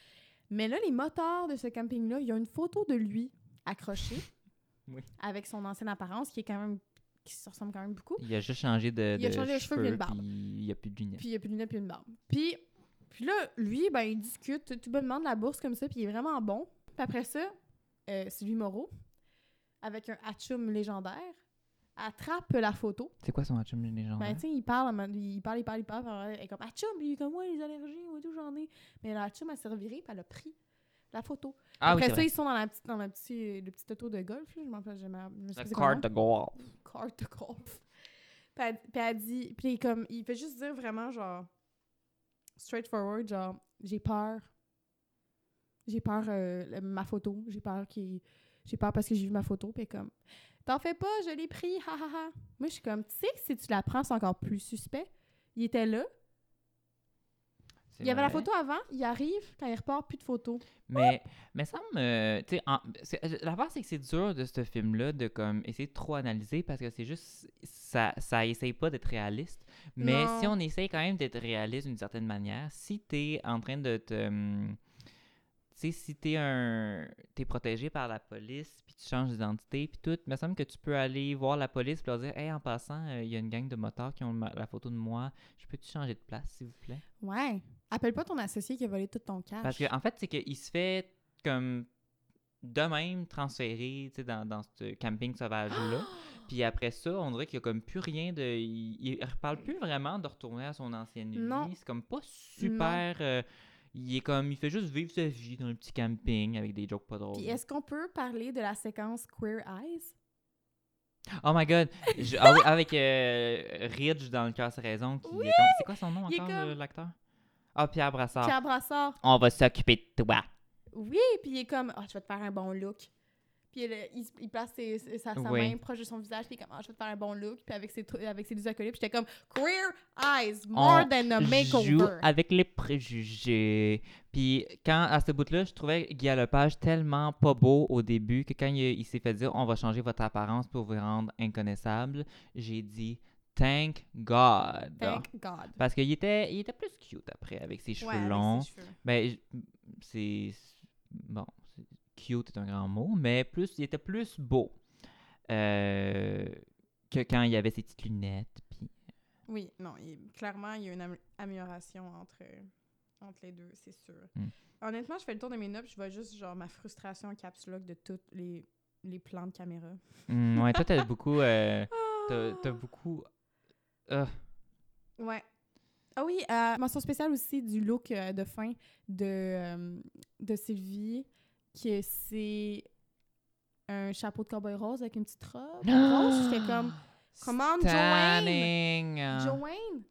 A: Mais là, les moteurs de ce camping-là, il y a une photo de lui accrochée
B: Oui.
A: avec son ancienne apparence qui est quand même qui se ressemble quand même beaucoup.
B: Il a juste changé de,
A: Il a
B: de
A: changé de cheveux, puis une barbe.
B: puis il n'y a plus de lunettes.
A: Puis il y a plus de lunettes, plus de barbe. Puis, puis là, lui, ben, il discute tout bonnement de la bourse comme ça, puis il est vraiment bon. Puis après ça, euh, Sylvie Moreau, avec un hatchoum légendaire, attrape la photo.
B: C'est quoi son hatchum légendaire?
A: Ben, tu sais, il parle, à un moment donné, il parle, il parle, il parle, puis elle est comme hatchoum, il est comme moi, les allergies, moi, tout, j'en ai. Mais la hatchoum, elle s'est revirée, puis elle a pris la photo.
B: ah
A: après
B: oui, c'est
A: ça,
B: vrai.
A: ils sont dans, la petite, dans la petite, le petit auto de golf, là, je m'en rappelle jamais. je me souviens
B: Le
A: c'est quoi le
B: card
A: nom
B: de golf.
A: carte de golf. Puis elle, puis elle dit, puis il est comme, il fait juste dire vraiment genre, straightforward, genre, j'ai peur. J'ai peur euh, le- ma photo, j'ai peur qu'il, j'ai peur parce que j'ai vu ma photo, puis elle est comme, t'en fais pas, je l'ai pris, ha ha ha. Moi je suis comme, tu sais que si tu la prends c'est encore plus suspect. Il était là,
B: C'est
A: il y avait la
B: vrai.
A: photo avant, il arrive, quand il repart, plus de photo.
B: Mais, mais ça me. tu sais, en- c'est- L'affaire, c'est que c'est dur de ce film-là de comme essayer de trop analyser parce que c'est juste. Ça, ça essaye pas d'être réaliste. Mais
A: Non.
B: si on essaye quand même d'être réaliste d'une certaine manière, si t'es en train de te. hum, Tu sais, si t'es un. T'es protégé par la police, puis tu changes d'identité, puis tout, il me semble que tu peux aller voir la police puis leur dire Hey, en passant, euh, il y a une gang de motards qui ont ma- la photo de moi. Je peux-tu changer de place, s'il vous plaît?
A: Ouais. Appelle pas ton associé qui a volé tout ton cash.
B: Parce qu'en en fait, c'est qu'il se fait comme de même transférer tu sais, dans, dans ce camping
A: (gasps)
B: sauvage-là. Puis après ça, on dirait qu'il n'y a comme plus rien de. Il, il reparle plus vraiment de retourner à son ancienne
A: Non.
B: vie. C'est comme pas super. euh, il est comme. Il fait juste vivre sa vie dans le petit camping avec des jokes pas drôles.
A: Puis est-ce qu'on peut parler de la séquence Queer Eyes?
B: Oh my god! Je- ah oui, avec euh, Ridge dans le casse-raison. qui est
A: Oui!
B: comme- C'est quoi son nom
A: Il est
B: encore,
A: comme-
B: euh, l'acteur? Ah, Pierre Brassard.
A: Pierre Brassard,
B: On va s'occuper de toi.
A: Oui, puis il est comme, ah, je vais te faire un bon look. Puis il, il, il place ses- ses- sa, sa
B: Oui.
A: main proche de son visage, puis il est comme, ah, je vais te faire un bon look. Puis avec ses, trou- avec ses deux acolytes, puis j'étais comme, queer eyes, more
B: On
A: than a
B: joue
A: makeover.
B: avec les préjugés. Puis quand à ce bout-là, je trouvais Guy Lepage tellement pas beau au début que quand il, il s'est fait dire on va changer votre apparence pour vous rendre inconnaissable, j'ai dit thank God.
A: Thank God.
B: Parce qu'il était, il était plus cute après avec ses cheveux
A: Ouais, avec
B: longs.
A: ses cheveux.
B: Ben, j- c'est. Bon, c'est- cute est un grand mot, mais plus, il était plus beau euh, que quand il avait ses petites lunettes. Puis
A: Oui, non, il- clairement, il y a une am- amélioration entre, entre les deux, c'est sûr.
B: Mm.
A: Honnêtement, je fais le tour de mes notes, puis je vois juste, genre, ma frustration en caps lock de tous les, les plans de caméra.
B: Hum, ouais, toi, t'as beaucoup. euh, T'as
A: Ah!
B: t'as beaucoup. Ah,
A: Ouais. Ah oui, euh, mention spéciale aussi du look euh, de fin de, euh, de Sylvie, que c'est un chapeau de cowboy rose avec (gasps) une petite robe
B: Ah!
A: rose. J'étais
B: (gasps)
A: comme, comment Joanne?
B: stunning.
A: Joanne?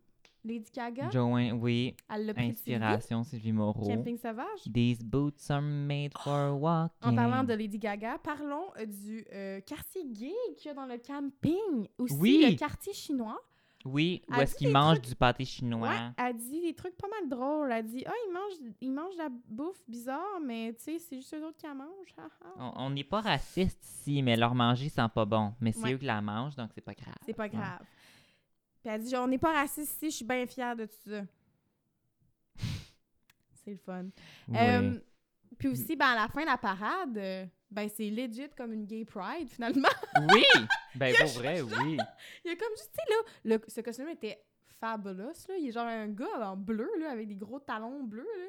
A: Lady Gaga?
B: Joanne, oui.
A: Elle l'a pris de Sylvie.
B: Inspiration, Sylvie Moreau.
A: Camping Sauvage.
B: These boots are made for walking.
A: (gasps) En parlant de Lady Gaga, parlons euh, du euh, quartier gay qu'il y a dans le camping. Aussi,
B: Oui.
A: le quartier chinois.
B: Oui, où
A: Elle
B: est-ce
A: dit
B: qu'ils
A: Ah, des
B: mangent
A: trucs-
B: du pâté chinois?
A: Ouais, elle dit des trucs pas mal drôles. Elle dit Ah, ils mangent ils mangent de la bouffe bizarre, mais tu sais, c'est juste eux autres qui la mangent. Ha, ha.
B: On on n'est pas raciste ici, mais leur manger sent pas bon. Mais c'est
A: Ouais.
B: eux qui la mangent, donc c'est pas grave.
A: c'est pas
B: Ouais.
A: grave. Puis elle dit genre, On n'est pas raciste ici, je suis bien fière de tout ça. (laughs) c'est le fun.
B: Oui. Mm.
A: Euh, puis aussi, ben, à la fin de la parade, euh, ben, c'est legit comme une gay pride (laughs) finalement.
B: Oui!
A: (laughs)
B: Ben, pour vrai, oui.
A: Il y a comme juste, tu sais, là, le- ce costume était fabulous. Là. Il est genre un gars en bleu, là, avec des gros talons bleus. Là.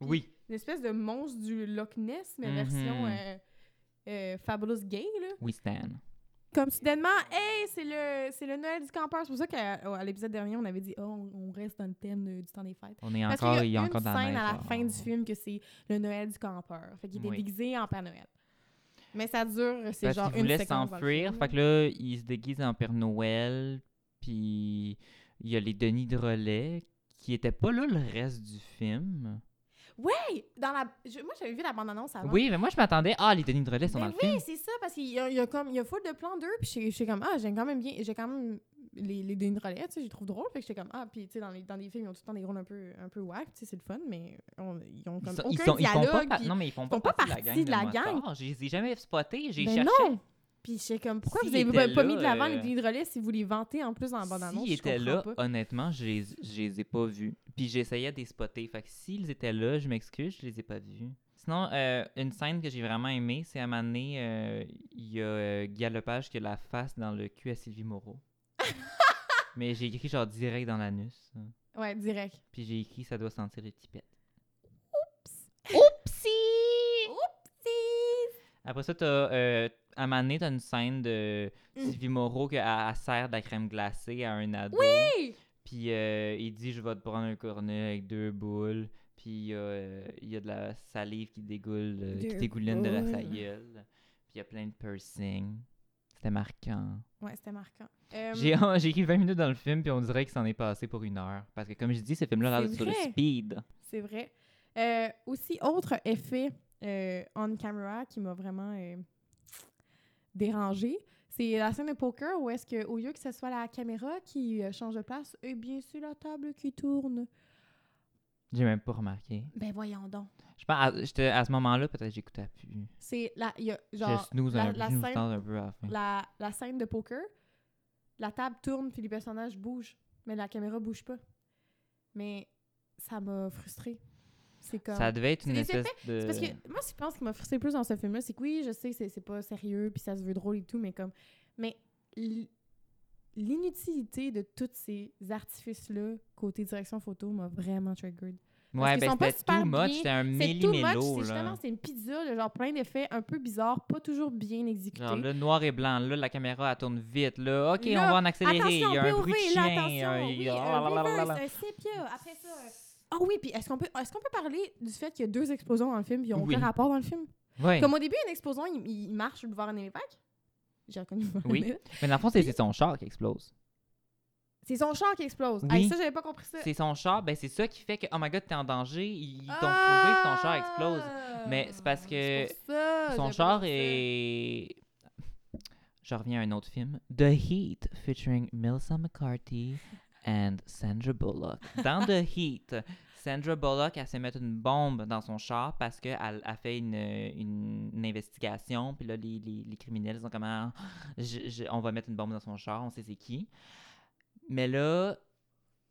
A: Puis-
B: Oui.
A: une espèce de monstre
B: Mm-hmm.
A: du Loch Ness, mais version
B: Mhm.
A: euh, euh, Fabulous Gay, là.
B: Oui, Stan.
A: Comme soudainement, hey, c'est le, c'est le Noël du campeur. C'est pour ça qu'à oh, à l'épisode dernier, on avait dit, oh, on, on reste dans le thème euh, du temps des fêtes.
B: On est
A: Parce
B: encore,
A: qu'il
B: il
A: y
B: est
A: a une
B: encore dans la
A: scène
B: neige,
A: à la
B: là.
A: fin du film que c'est le Noël du campeur. Fait qu'il est
B: Oui.
A: déguisé en Père Noël. Mais ça dure, c'est
B: Parce
A: genre
B: qu'il
A: une
B: voulait
A: seconde. dans le
B: s'enfuir.
A: film,
B: Fait que là, il se déguise en Père Noël. Puis il y a les Denis de relais qui étaient pas là le reste du film.
A: Hey, dans la... je- Moi, j'avais vu la bande-annonce avant.
B: Oui, mais moi je m'attendais. Ah, les Denis de relais sont
A: Ben
B: dans le
A: oui,
B: film.
A: c'est ça, parce qu'il y a, il y a comme, il y a full de plans d'eux, puis j'étais- j'étais comme, ah, j'aime quand même bien, j'ai quand même les, les Denis de relais, tu sais, je les trouve drôles, fait que j'étais comme, ah, puis tu sais, dans les, dans les films, ils ont tout le temps des rôles un peu, un peu whack, tu sais, c'est le fun, mais on- ils ont
B: Ils
A: comme
B: sont-
A: aucun
B: ils sont- ils font
A: dialogue,
B: pas pa-
A: puis-
B: non, mais ils font
A: font pas
B: pas partie
A: partie
B: de la gang. de motards. Je les ai jamais spotés. J'ai cherché.
A: ben non! Puis j'étais comme, pourquoi
B: S'ils
A: vous avez
B: étaient
A: pas, pas
B: là,
A: mis de l'avant
B: euh,
A: les Denis de relais si vous les vantez en plus dans la bande-annonce?
B: S'ils
A: je
B: étaient là,
A: comprends pas.
B: honnêtement, je les, je les ai pas vus. Puis j'essayais de les spotter. Fait que s'ils étaient là, je m'excuse, je les ai pas vus. Sinon, euh, une scène que j'ai vraiment aimée, c'est à un moment donné, euh, il y a euh, Guy Lepage qui a la face dans le cul à
A: (laughs)
B: Sylvie Moreau. Mais j'ai écrit genre direct dans l'anus. hein.
A: Ouais, direct.
B: Puis j'ai écrit ça doit sentir les petits pets.
A: Oupsie!
B: Après ça, t'as, euh, à un moment donné, t'as une scène de
A: Mm.
B: Sylvie Moreau qui a- elle sert de la crème glacée à un ado.
A: Oupsie!
B: Puis euh, il dit Je vais te prendre un cornet avec deux boules. Puis il y, a, euh, il y a de la salive qui dégoule, euh, qui
A: Deux
B: dégouline de la
A: boules.
B: sa gueule. Puis il y a plein de piercings. C'était marquant.
A: Ouais, c'était marquant. Euh,
B: J'ai j'ai écrit 20 minutes dans le film, puis on dirait qu'il s'en est passé pour une heure. Parce que, comme je dis, ce film-là
A: C'est
B: est sur le
A: vrai.
B: speed.
A: C'est vrai. Euh, aussi, autre effet euh, on camera qui m'a vraiment dérangé, c'est la scène de poker où est-ce que au lieu que ce soit la caméra qui euh, change de place, et bien c'est la table qui tourne.
B: J'ai même pas remarqué.
A: Ben voyons donc.
B: Je pense, à, j'étais- à ce moment-là, peut-être j'écoutais plus.
A: C'est la il y a
B: je
A: genre
B: snooze
A: la-
B: un,
A: la
B: je snooze
A: scène-
B: tente un peu à la fin.
A: la, la scène de poker, la table tourne puis les personnages bougent, mais la caméra bouge pas. Mais ça m'a frustrée. C'est comme
B: Ça devait être
A: C'est
B: une
A: des
B: espèce de.
A: C'est Parce que moi, je pense qui m'a frustré plus dans ce film-là, c'est que oui, je sais que c'est- c'est pas sérieux, puis ça se veut drôle et tout, mais comme. Mais l- l'inutilité de tous ces artifices-là, côté direction photo, m'a vraiment triggered.
B: ouais,
A: qu'ils
B: ben
A: sont pas
B: c'était too
A: super
B: much,
A: bien.
B: c'était un
A: C'est tout much, c'est
B: millimélo, là.
A: justement, c'est une pizza, de genre plein d'effets un peu bizarres, pas toujours bien exécutés.
B: Genre là, noir et blanc, là, la caméra, elle tourne vite, là, OK,
A: Là,
B: on va en accélérer,
A: attention,
B: il y a un
A: POV,
B: bruit de
A: là,
B: chien,
A: attention,
B: un-
A: oui,
B: ah,
A: un
B: blablabla.
A: reverse, un sépia, après ça... euh. Ah oui, puis est-ce qu'on peut, est qu'on peut parler du fait qu'il y a deux explosions dans le film, puis ils ont
B: Oui.
A: aucun rapport dans le film?
B: Ouais.
A: Comme au début, une explosion, il, il marche sur le boulevard René Lévesque. J'ai reconnu le boulevard
B: Oui.
A: René Lévesque.
B: Mais dans le fond, c'est c'est son char qui explose.
A: C'est son char qui explose.
B: Oui.
A: Hey, ça, j'avais pas compris ça.
B: C'est son char, ben c'est ça qui fait que, oh my god, t'es en danger, ils t'ont trouvé,
A: Ah!
B: ton char explose. Mais c'est parce que
A: C'est pour ça, j'avais
B: Son
A: pas
B: char
A: compris ça.
B: est... Je reviens à un autre film. The Heat, featuring Melissa McCarthy and Sandra Bullock. Dans The
A: (laughs)
B: Heat, Sandra Bullock, elle se met une bombe dans son char parce qu'elle a fait une, une, une investigation. Puis là, les, les, les criminels sont comme, Ah, je- je- on va mettre une bombe dans son char, on sait c'est qui. Mais là,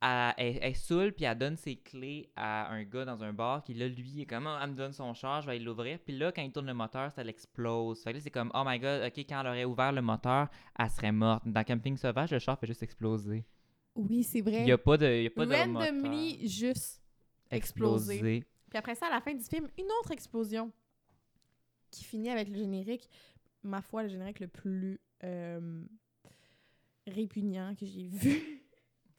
B: elle, elle, elle saoule, puis elle donne ses clés à un gars dans un bar qui, là, lui, est comme, Ah, elle me donne son char, je vais aller l'ouvrir. Puis là, quand il tourne le moteur, ça l'explose. Fait que là, c'est comme, oh my god, ok, quand elle aurait ouvert le moteur, elle serait morte. Dans Camping Sauvage, le char fait juste exploser.
A: Oui, c'est vrai.
B: Il n'y a pas de. Il y a pas de moteur.
A: Randomly, juste. explosé.
B: Explosé.
A: Puis après ça, à la fin du film, une autre explosion qui finit avec le générique. Ma foi, le générique le plus euh, répugnant que j'ai vu.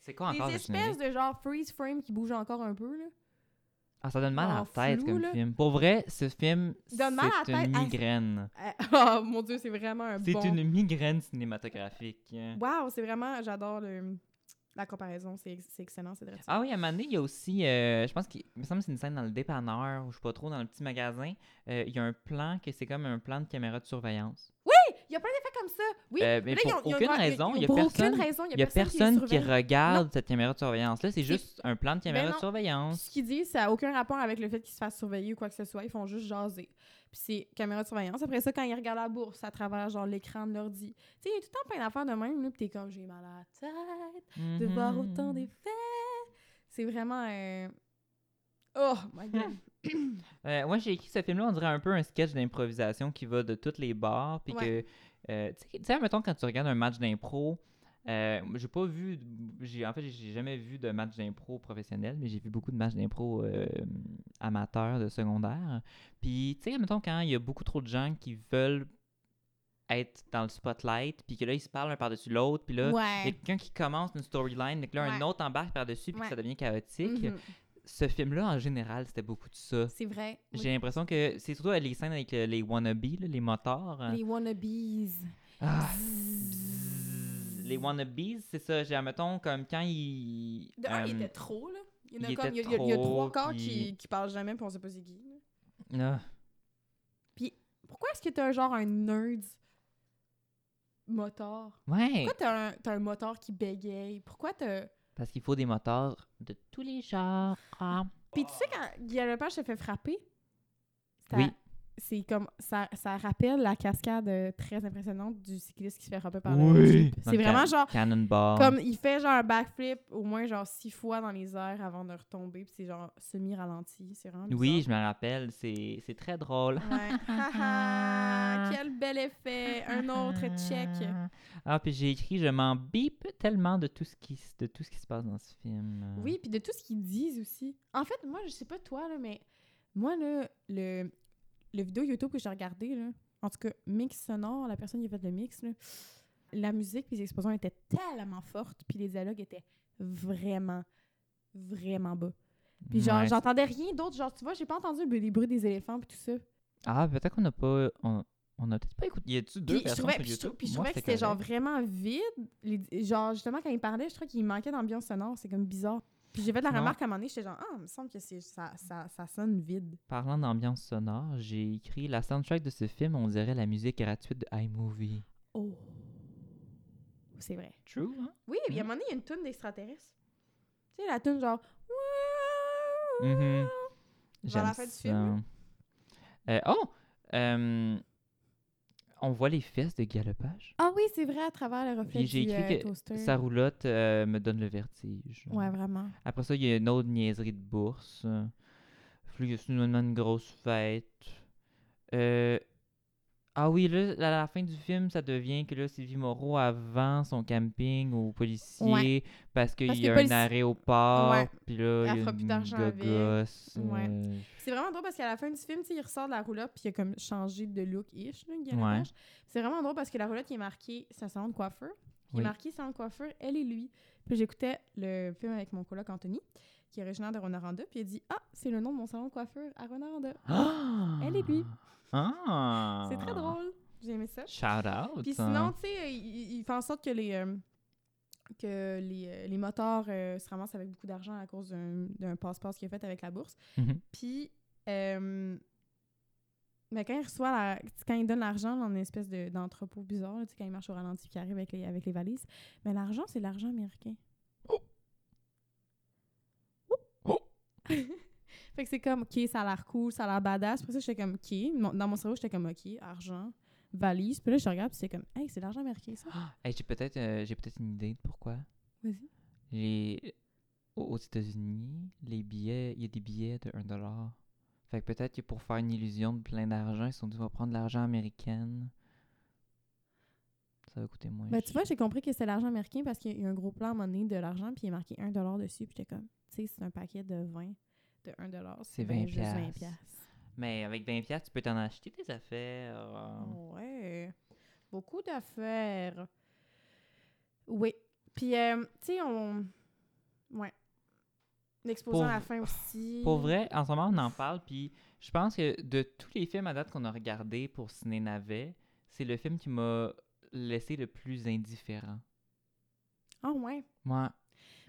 B: C'est quoi
A: Des
B: encore le générique?
A: espèces de genre freeze frame qui bougent encore un peu, là.
B: Ah, ça donne mal à
A: en
B: la tête
A: flou,
B: comme
A: là.
B: film. Pour vrai, ce film, c'est
A: Donne mal à la
B: une
A: tête. Ah,
B: migraine.
A: Ah, (laughs) oh mon dieu, c'est vraiment un
B: C'est
A: bon.
B: une migraine cinématographique.
A: Wow, c'est vraiment, j'adore le- la comparaison, c'est ex- c'est excellent, c'est vrai.
B: Ah oui, à un moment donné, il y a aussi, euh, je pense qu'il il me semble que c'est une scène dans le dépanneur, ou je sais pas trop, dans le petit magasin. Euh, il y a un plan que c'est comme un plan de caméra de surveillance.
A: Il y a plein d'effets comme ça. Oui,
B: Euh, mais
A: là,
B: pour
A: ils ont- ils ont
B: aucune
A: une-
B: raison,
A: ils ont-
B: il y a
A: pour
B: personne-
A: aucune raison, il
B: Il y a personne qui,
A: qui surveille.
B: regarde cette caméra de surveillance. Là, c'est
A: C'est- Ben
B: juste un plan de caméra
A: non.
B: de surveillance.
A: Ce qu'ils disent, ça n'a aucun rapport avec le fait qu'ils se fassent surveiller ou quoi que ce soit. Ils font juste jaser. Puis c'est caméra de surveillance. Après ça, quand ils regardent la bourse à travers genre l'écran de l'ordi. Tu sais, il y a tout le temps plein d'affaires de même. Là, puis t'es comme, j'ai mal à la tête de voir
B: Mhm.
A: autant d'effets. C'est vraiment... euh, Oh my God!
B: Euh, moi, j'ai écrit ce film-là, on dirait un peu un sketch d'improvisation qui va de tous les bars. Puis
A: Ouais.
B: que, euh, tu sais- tu sais, mettons, quand tu regardes un match d'impro, euh, j'ai pas vu, j'ai, en fait, j'ai jamais vu de match d'impro professionnel, mais j'ai vu beaucoup de matchs d'impro euh, amateurs de secondaire. Puis, tu sais, mettons, quand il y a beaucoup trop de gens qui veulent être dans le spotlight, puis que là, ils se parlent un par-dessus l'autre, puis là, il y a
A: ouais.
B: quelqu'un qui commence une storyline, mais que là, un
A: Ouais.
B: autre embarque par-dessus, puis que
A: Ouais.
B: ça devient chaotique.
A: Mhm.
B: Ce film-là, en général, c'était beaucoup de ça.
A: C'est vrai. Oui.
B: J'ai l'impression que c'est surtout les scènes avec euh, les wannabes, là, les motards. hein.
A: Les wannabes.
B: Ah,
A: Bzzz.
B: les wannabes, c'est ça. J'ai, mettons, comme quand ils.
A: De un, il
B: euh,
A: était trop, là. Il y en a
B: il
A: comme, il y a,
B: était
A: il y a- il y a
B: trop,
A: trois corps
B: puis-
A: qui, qui parlent jamais, puis on sait pas c'est qui. là.
B: ah,
A: Pourquoi est-ce que t'as un genre un nerd moteur?
B: ouais,
A: Pourquoi t'as un, t'as un moteur qui bégaye? Pourquoi t'as...
B: parce qu'il faut des motards de tous les genres. Ah.
A: Puis tu sais, quand Guy Lepage se fait frapper, ça-
B: Oui.
A: c'est comme... Ça, ça rappelle la cascade euh, très impressionnante du cycliste qui se fait frapper par le
B: Oui.
A: Jeep. C'est vraiment genre...
B: Cannonball.
A: Comme il fait genre un backflip au moins genre six fois dans les airs avant de retomber, puis c'est genre semi-ralenti, c'est vraiment
B: Oui, je me rappelle, c'est c'est très drôle.
A: bizarre. Ouais. Ha, ha, Quel bel effet! Un autre check.
B: Ah, puis j'ai écrit, je m'en bip tellement de tout ce qui, s- de tout ce qui se passe dans ce film.
A: Oui, puis de tout ce qu'ils disent aussi. En fait, moi, je sais pas toi, là, mais moi, là, le, le vidéo YouTube que j'ai regardé, là, en tout cas, mix sonore, la personne qui a fait le mix, là, la musique puis les explosions étaient tellement fortes, puis les dialogues étaient vraiment, vraiment bas. Puis genre,
B: Ouais,
A: j'entendais rien d'autre. Genre, tu vois, j'ai pas entendu les bruits des éléphants puis tout ça.
B: Ah, peut-être qu'on n'a pas. On, on a peut-être pas écouté. Y a-tu deux
A: Puis je
B: versions
A: trouvais,
B: sur
A: puis je
B: YouTube?
A: trou- puis je
B: Moi,
A: trouvais que c'était genre
B: correct.
A: vraiment vide. Les di- genre, justement, quand il parlait, je trouvais qu'il manquait d'ambiance sonore. C'est comme bizarre. Puis j'ai fait de la
B: Non.
A: remarque à un moment donné, j'étais genre, ah, il me semble que c'est- ça, ça, ça sonne vide.
B: Parlant d'ambiance sonore, j'ai écrit la soundtrack de ce film, on dirait la musique gratuite de iMovie.
A: Oh. C'est vrai.
B: True, hein?
A: Oui, puis à un moment donné, il y a une toune d'extraterrestres. Tu sais, la toune genre.
B: Mhm.
A: Vers la
B: J'aime
A: fin du
B: ça.
A: film,
B: Euh, oh! Euh, on voit les fesses de Galopage.
A: Ah oui, c'est vrai, à travers le reflet
B: Puis j'ai
A: du
B: écrit
A: euh,
B: que
A: toaster.
B: Sa roulotte euh, me donne le vertige.
A: Ouais, vraiment.
B: Après ça, il y a une autre niaiserie de bourse. Euh, Puis il y a soudainement une grosse fête. Euh, Ah oui, là, à la fin du film, ça devient que là, Sylvie Moreau avant son camping aux policiers
A: Ouais.
B: parce qu'il
A: Parce
B: y
A: que
B: a
A: polici-
B: un arrêt au port.
A: Ouais.
B: Puis là,
A: Elle
B: il y a
A: fera plus
B: une
A: d'argent avec.
B: gogosse,
A: Ouais.
B: euh,
A: C'est vraiment drôle parce qu'à la fin du film, tu sais, il ressort de la roulotte puis il a comme changé de look-ish, là, Guy
B: Ouais.
A: Lepage. C'est vraiment drôle parce que la roulotte, il est marqué « ça salon de coiffeur ». Il
B: Oui.
A: est marqué « salon de coiffeur, elle et lui ». Puis j'écoutais le film avec mon coloc Anthony, qui est originaire de Rwanda, puis il a dit « Ah, c'est le nom de mon salon de coiffeur à Rwanda
B: Ah!
A: Elle et lui.
B: (gasps) Ah!
A: C'est très drôle. J'ai aimé ça.
B: Shout out. hein.
A: Puis sinon, tu sais, euh, il, il fait en sorte que les, euh, que les, euh, les moteurs euh, se ramassent avec beaucoup d'argent à cause d'un d'un passe-passe qu'il a fait avec la bourse.
B: Mhm.
A: Puis, euh, mais quand il reçoit, la- quand il donne l'argent dans une espèce de- d'entrepôt bizarre, là, tu sais, quand il marche au ralenti puis qu'il arrive avec les, avec les valises, mais l'argent, c'est l'argent américain.
B: Oh!
A: (laughs) Fait que c'est comme, OK, ça a l'air cool, ça a l'air badass. Après ça, j'étais comme, OK. Mon- Dans mon cerveau, j'étais comme, OK, argent, valise. Puis là, je regarde, puis c'est comme, hey, c'est l'argent américain, ça.
B: Hey, j'ai peut-être euh, j'ai peut-être une idée de pourquoi.
A: Vas-y.
B: Les... Aux aux États-Unis, les billets, il y a des billets de 1 dollar. Fait que peut-être que pour faire une illusion de plein d'argent, ils se sont dit on va prendre l'argent américaine. Ça va coûter moins.
A: Ben, tu
B: cher.
A: vois, j'ai compris que c'était l'argent américain parce qu'il y a eu un gros plan à un moment donné de l'argent, puis il est marqué 1 dessus. Puis j'étais comme, tu sais, c'est un paquet de 20, de 1
B: C'est
A: ben
B: 20
A: juste 20
B: piastres. Mais avec 20 piastres, tu peux t'en acheter des affaires. euh.
A: Ouais. Beaucoup d'affaires. Oui. Puis, euh, tu sais, on. Ouais. L'exposant
B: Pour-
A: à la fin aussi.
B: Pour vrai, en ce moment, on en parle, puis je pense que de tous les films à date qu'on a regardés pour Ciné Navet, c'est le film qui m'a laissé le plus indifférent.
A: Ah, ouais.
B: Moi,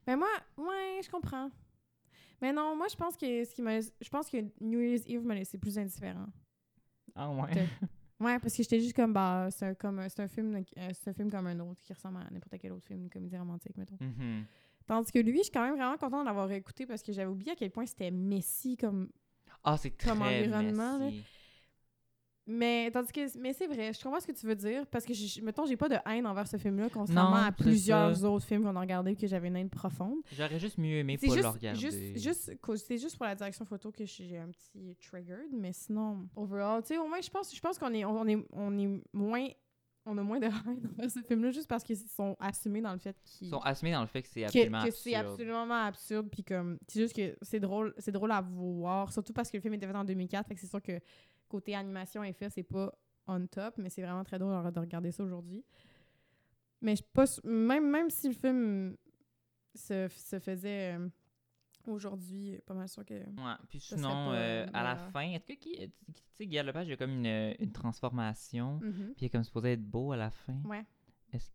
A: Mais moi, ouais, je comprends. Mais non, moi, je pense que ce qui m'a. Je pense que New Year's Eve m'a laissé plus indifférent.
B: ah ouais.
A: T'as- Ouais, parce que j'étais juste comme, bah, c'est un, comme, un- c'est un, film, euh, c'est un film comme un autre qui ressemble à n'importe quel autre film, une comédie romantique, mettons.
B: (laughs) Mhm.
A: Tandis que lui, je suis quand même vraiment contente de l'avoir écouté parce que j'avais oublié à quel point c'était messy comme
B: Ah, c'est très
A: Comme environnement, là.
B: messy.
A: Mais tandis que mais c'est vrai, je comprends ce que tu veux dire parce que je- mettons j'ai pas de haine envers ce film là contrairement
B: Non,
A: à
B: c'est
A: plusieurs
B: ça.
A: autres films qu'on a regardés que j'avais une haine profonde.
B: J'aurais juste mieux aimé
A: C'est
B: pas le
A: juste,
B: regarder.
A: juste juste qu'au- c'est juste pour la direction photo que j'ai un petit triggered mais sinon overall, tu sais au moins je pense je pense qu'on est on est on est moins on a moins de (laughs) haine envers ce film là juste parce qu'ils sont assumés dans le fait
B: Ils
A: qu'ils
B: sont assumés dans le fait que c'est absolument
A: que, que c'est
B: absurde.
A: absolument absurde puis comme c'est juste que c'est drôle c'est drôle à voir surtout parce que le film était fait en 2004 fait que c'est sûr que côté animation et fait c'est pas on top, mais c'est vraiment très drôle de regarder ça aujourd'hui. Mais je suis pas sûre- même, même si le film se, se faisait euh, aujourd'hui, euh, pas mal sûr que.
B: Ouais. Puis
A: Ça serait
B: sinon,
A: pas,
B: euh,
A: euh,
B: à la
A: meilleur.
B: fin, est-ce que qui, tu tu sais, Guillaume Lepage, il y a comme une, une transformation,
A: Mhm.
B: puis il est comme supposé être beau à la fin.
A: Ouais.
B: Est-ce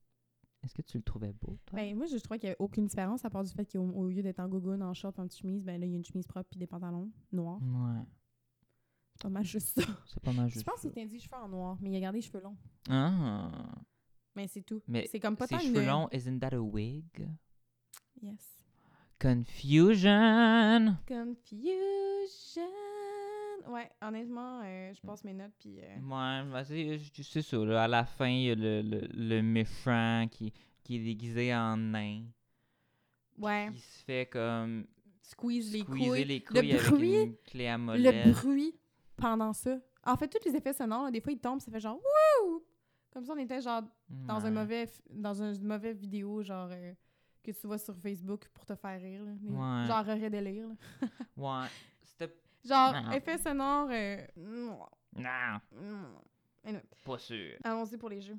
B: est-ce que tu le trouvais beau, toi?
A: Ben, moi, je je trouvais qu'il n'y avait aucune différence à part du fait qu'au au lieu d'être en gogoon, en short, en petite chemise, ben là, il y a une chemise propre puis des pantalons noirs.
B: Ouais.
A: C'est Pas mal juste ça.
B: C'est pas mal
A: Je
B: juste.
A: pense
B: ça.
A: qu'il t'a dit cheveux en noir, mais il a gardé les cheveux longs.
B: Ah!
A: Mais c'est tout.
B: Mais
A: C'est comme pas
B: Eh, Ses
A: tant
B: cheveux
A: une-
B: longs, isn't that a wig?
A: Yes.
B: Confusion!
A: Confusion. Ouais, honnêtement, euh, je passe mes notes puis. euh,
B: Ouais, bah, c'est je- c'est ça. là, à la fin, il y a le, le, le méchant qui, qui est déguisé en nain.
A: Ouais,
B: Il se fait comme
A: squeeze les
B: Mm. squeezer
A: couilles.
B: les couilles avec
A: bruit-
B: une clé à
A: Le
B: molette.
A: bruit pendant ça. En fait, tous les effets sonores, là, des fois, ils tombent, ça fait genre wouh! Comme ça, on était genre dans un
B: Ouais.
A: mauvais f- dans une mauvaise vidéo, genre euh, que tu vois sur Facebook pour te faire rire. là. Les-
B: Ouais.
A: Genre arrêt de lire. là.
B: Ouais. C'était.
A: Genre,
B: Ah.
A: effet sonore. euh, (sniffs) non,
B: Non,
A: non.
B: pas sûr.
A: Allons-y pour les jeux.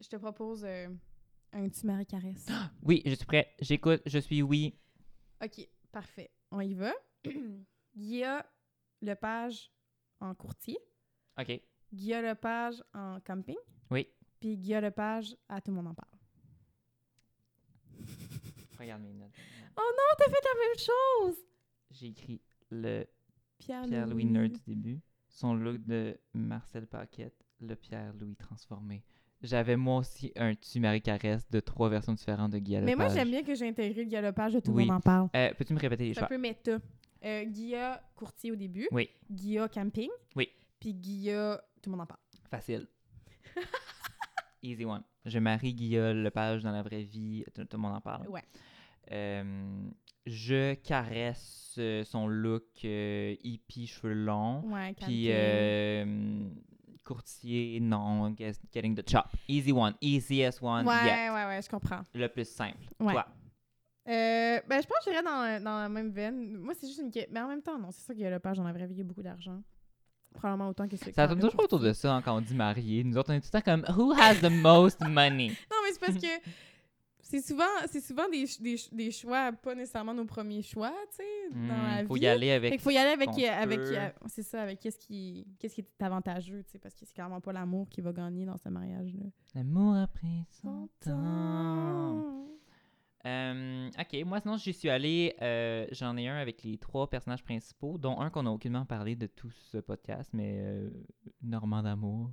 A: Je te propose euh, un tu marie caresse.
B: Oui, je suis prêt. J'écoute. Je suis oui.
A: OK, parfait. On y va. (clears throat) Guilla Lepage en courtier,
B: Ok.
A: Guilla Lepage en camping,
B: Oui.
A: puis Guilla Lepage à Tout le monde en parle.
B: Regarde mes notes.
A: Oh non, t'as fait la même chose!
B: J'ai écrit le
A: Pierre-Louis.
B: Pierre-Louis Nerd du début, son look de Marcel Paquette, le Pierre-Louis transformé. J'avais moi aussi un tu Marie Caresse de trois versions différentes de Guy
A: Mais moi,
B: Lepage.
A: j'aime bien que j'ai intégré Guilla Lepage de Tout le
B: Oui.
A: monde en parle.
B: Euh, Peux-tu me répéter les
A: C'est un
B: choix?
A: peu méta. Euh, Guilla courtier au début,
B: Oui.
A: Guilla camping,
B: Oui.
A: puis Guilla Tout le monde en parle.
B: Facile. (laughs) Easy one. Je marie Guillaume Lepage dans la vraie vie. Tout, tout le monde en parle.
A: Ouais.
B: Euh, je caresse euh, son look euh, hippie, cheveux longs.
A: Ouais, camping.
B: Puis euh, courtier, non, guess- getting the chop. Easy one. Easiest one
A: ouais,
B: yet.
A: ouais, ouais, je comprends.
B: Le plus simple.
A: Ouais.
B: Toi.
A: Euh, ben, je pense que j'irais dans, dans la même veine. Moi, c'est juste une. que- Mais en même temps, non, c'est sûr qu'il y a le page dans la vraie vie, il y a beaucoup d'argent. Probablement autant que c'est.
B: Ça tourne toujours autour de ça hein, quand on dit marié. Nous autres, on est tout le temps comme Who has the most money?
A: Non, mais c'est parce que (laughs) c'est souvent, c'est souvent des, ch- des, ch- des choix, pas nécessairement nos premiers choix, tu sais, dans la
B: Hmm, faut
A: vie.
B: y aller avec.
A: Fait qu'il faut y aller avec.
B: qu'on
A: avec euh,
B: peut.
A: c'est ça, avec qu'est-ce qui, qu'est-ce qui est avantageux, tu sais, parce que c'est clairement pas l'amour qui va gagner dans ce mariage-là.
B: L'amour a pris son temps. Euh, ok, moi sinon j'y suis allée, euh, j'en ai un avec les trois personnages principaux, dont un qu'on n'a aucunement parlé de tout ce podcast, mais euh, Normand d'amour.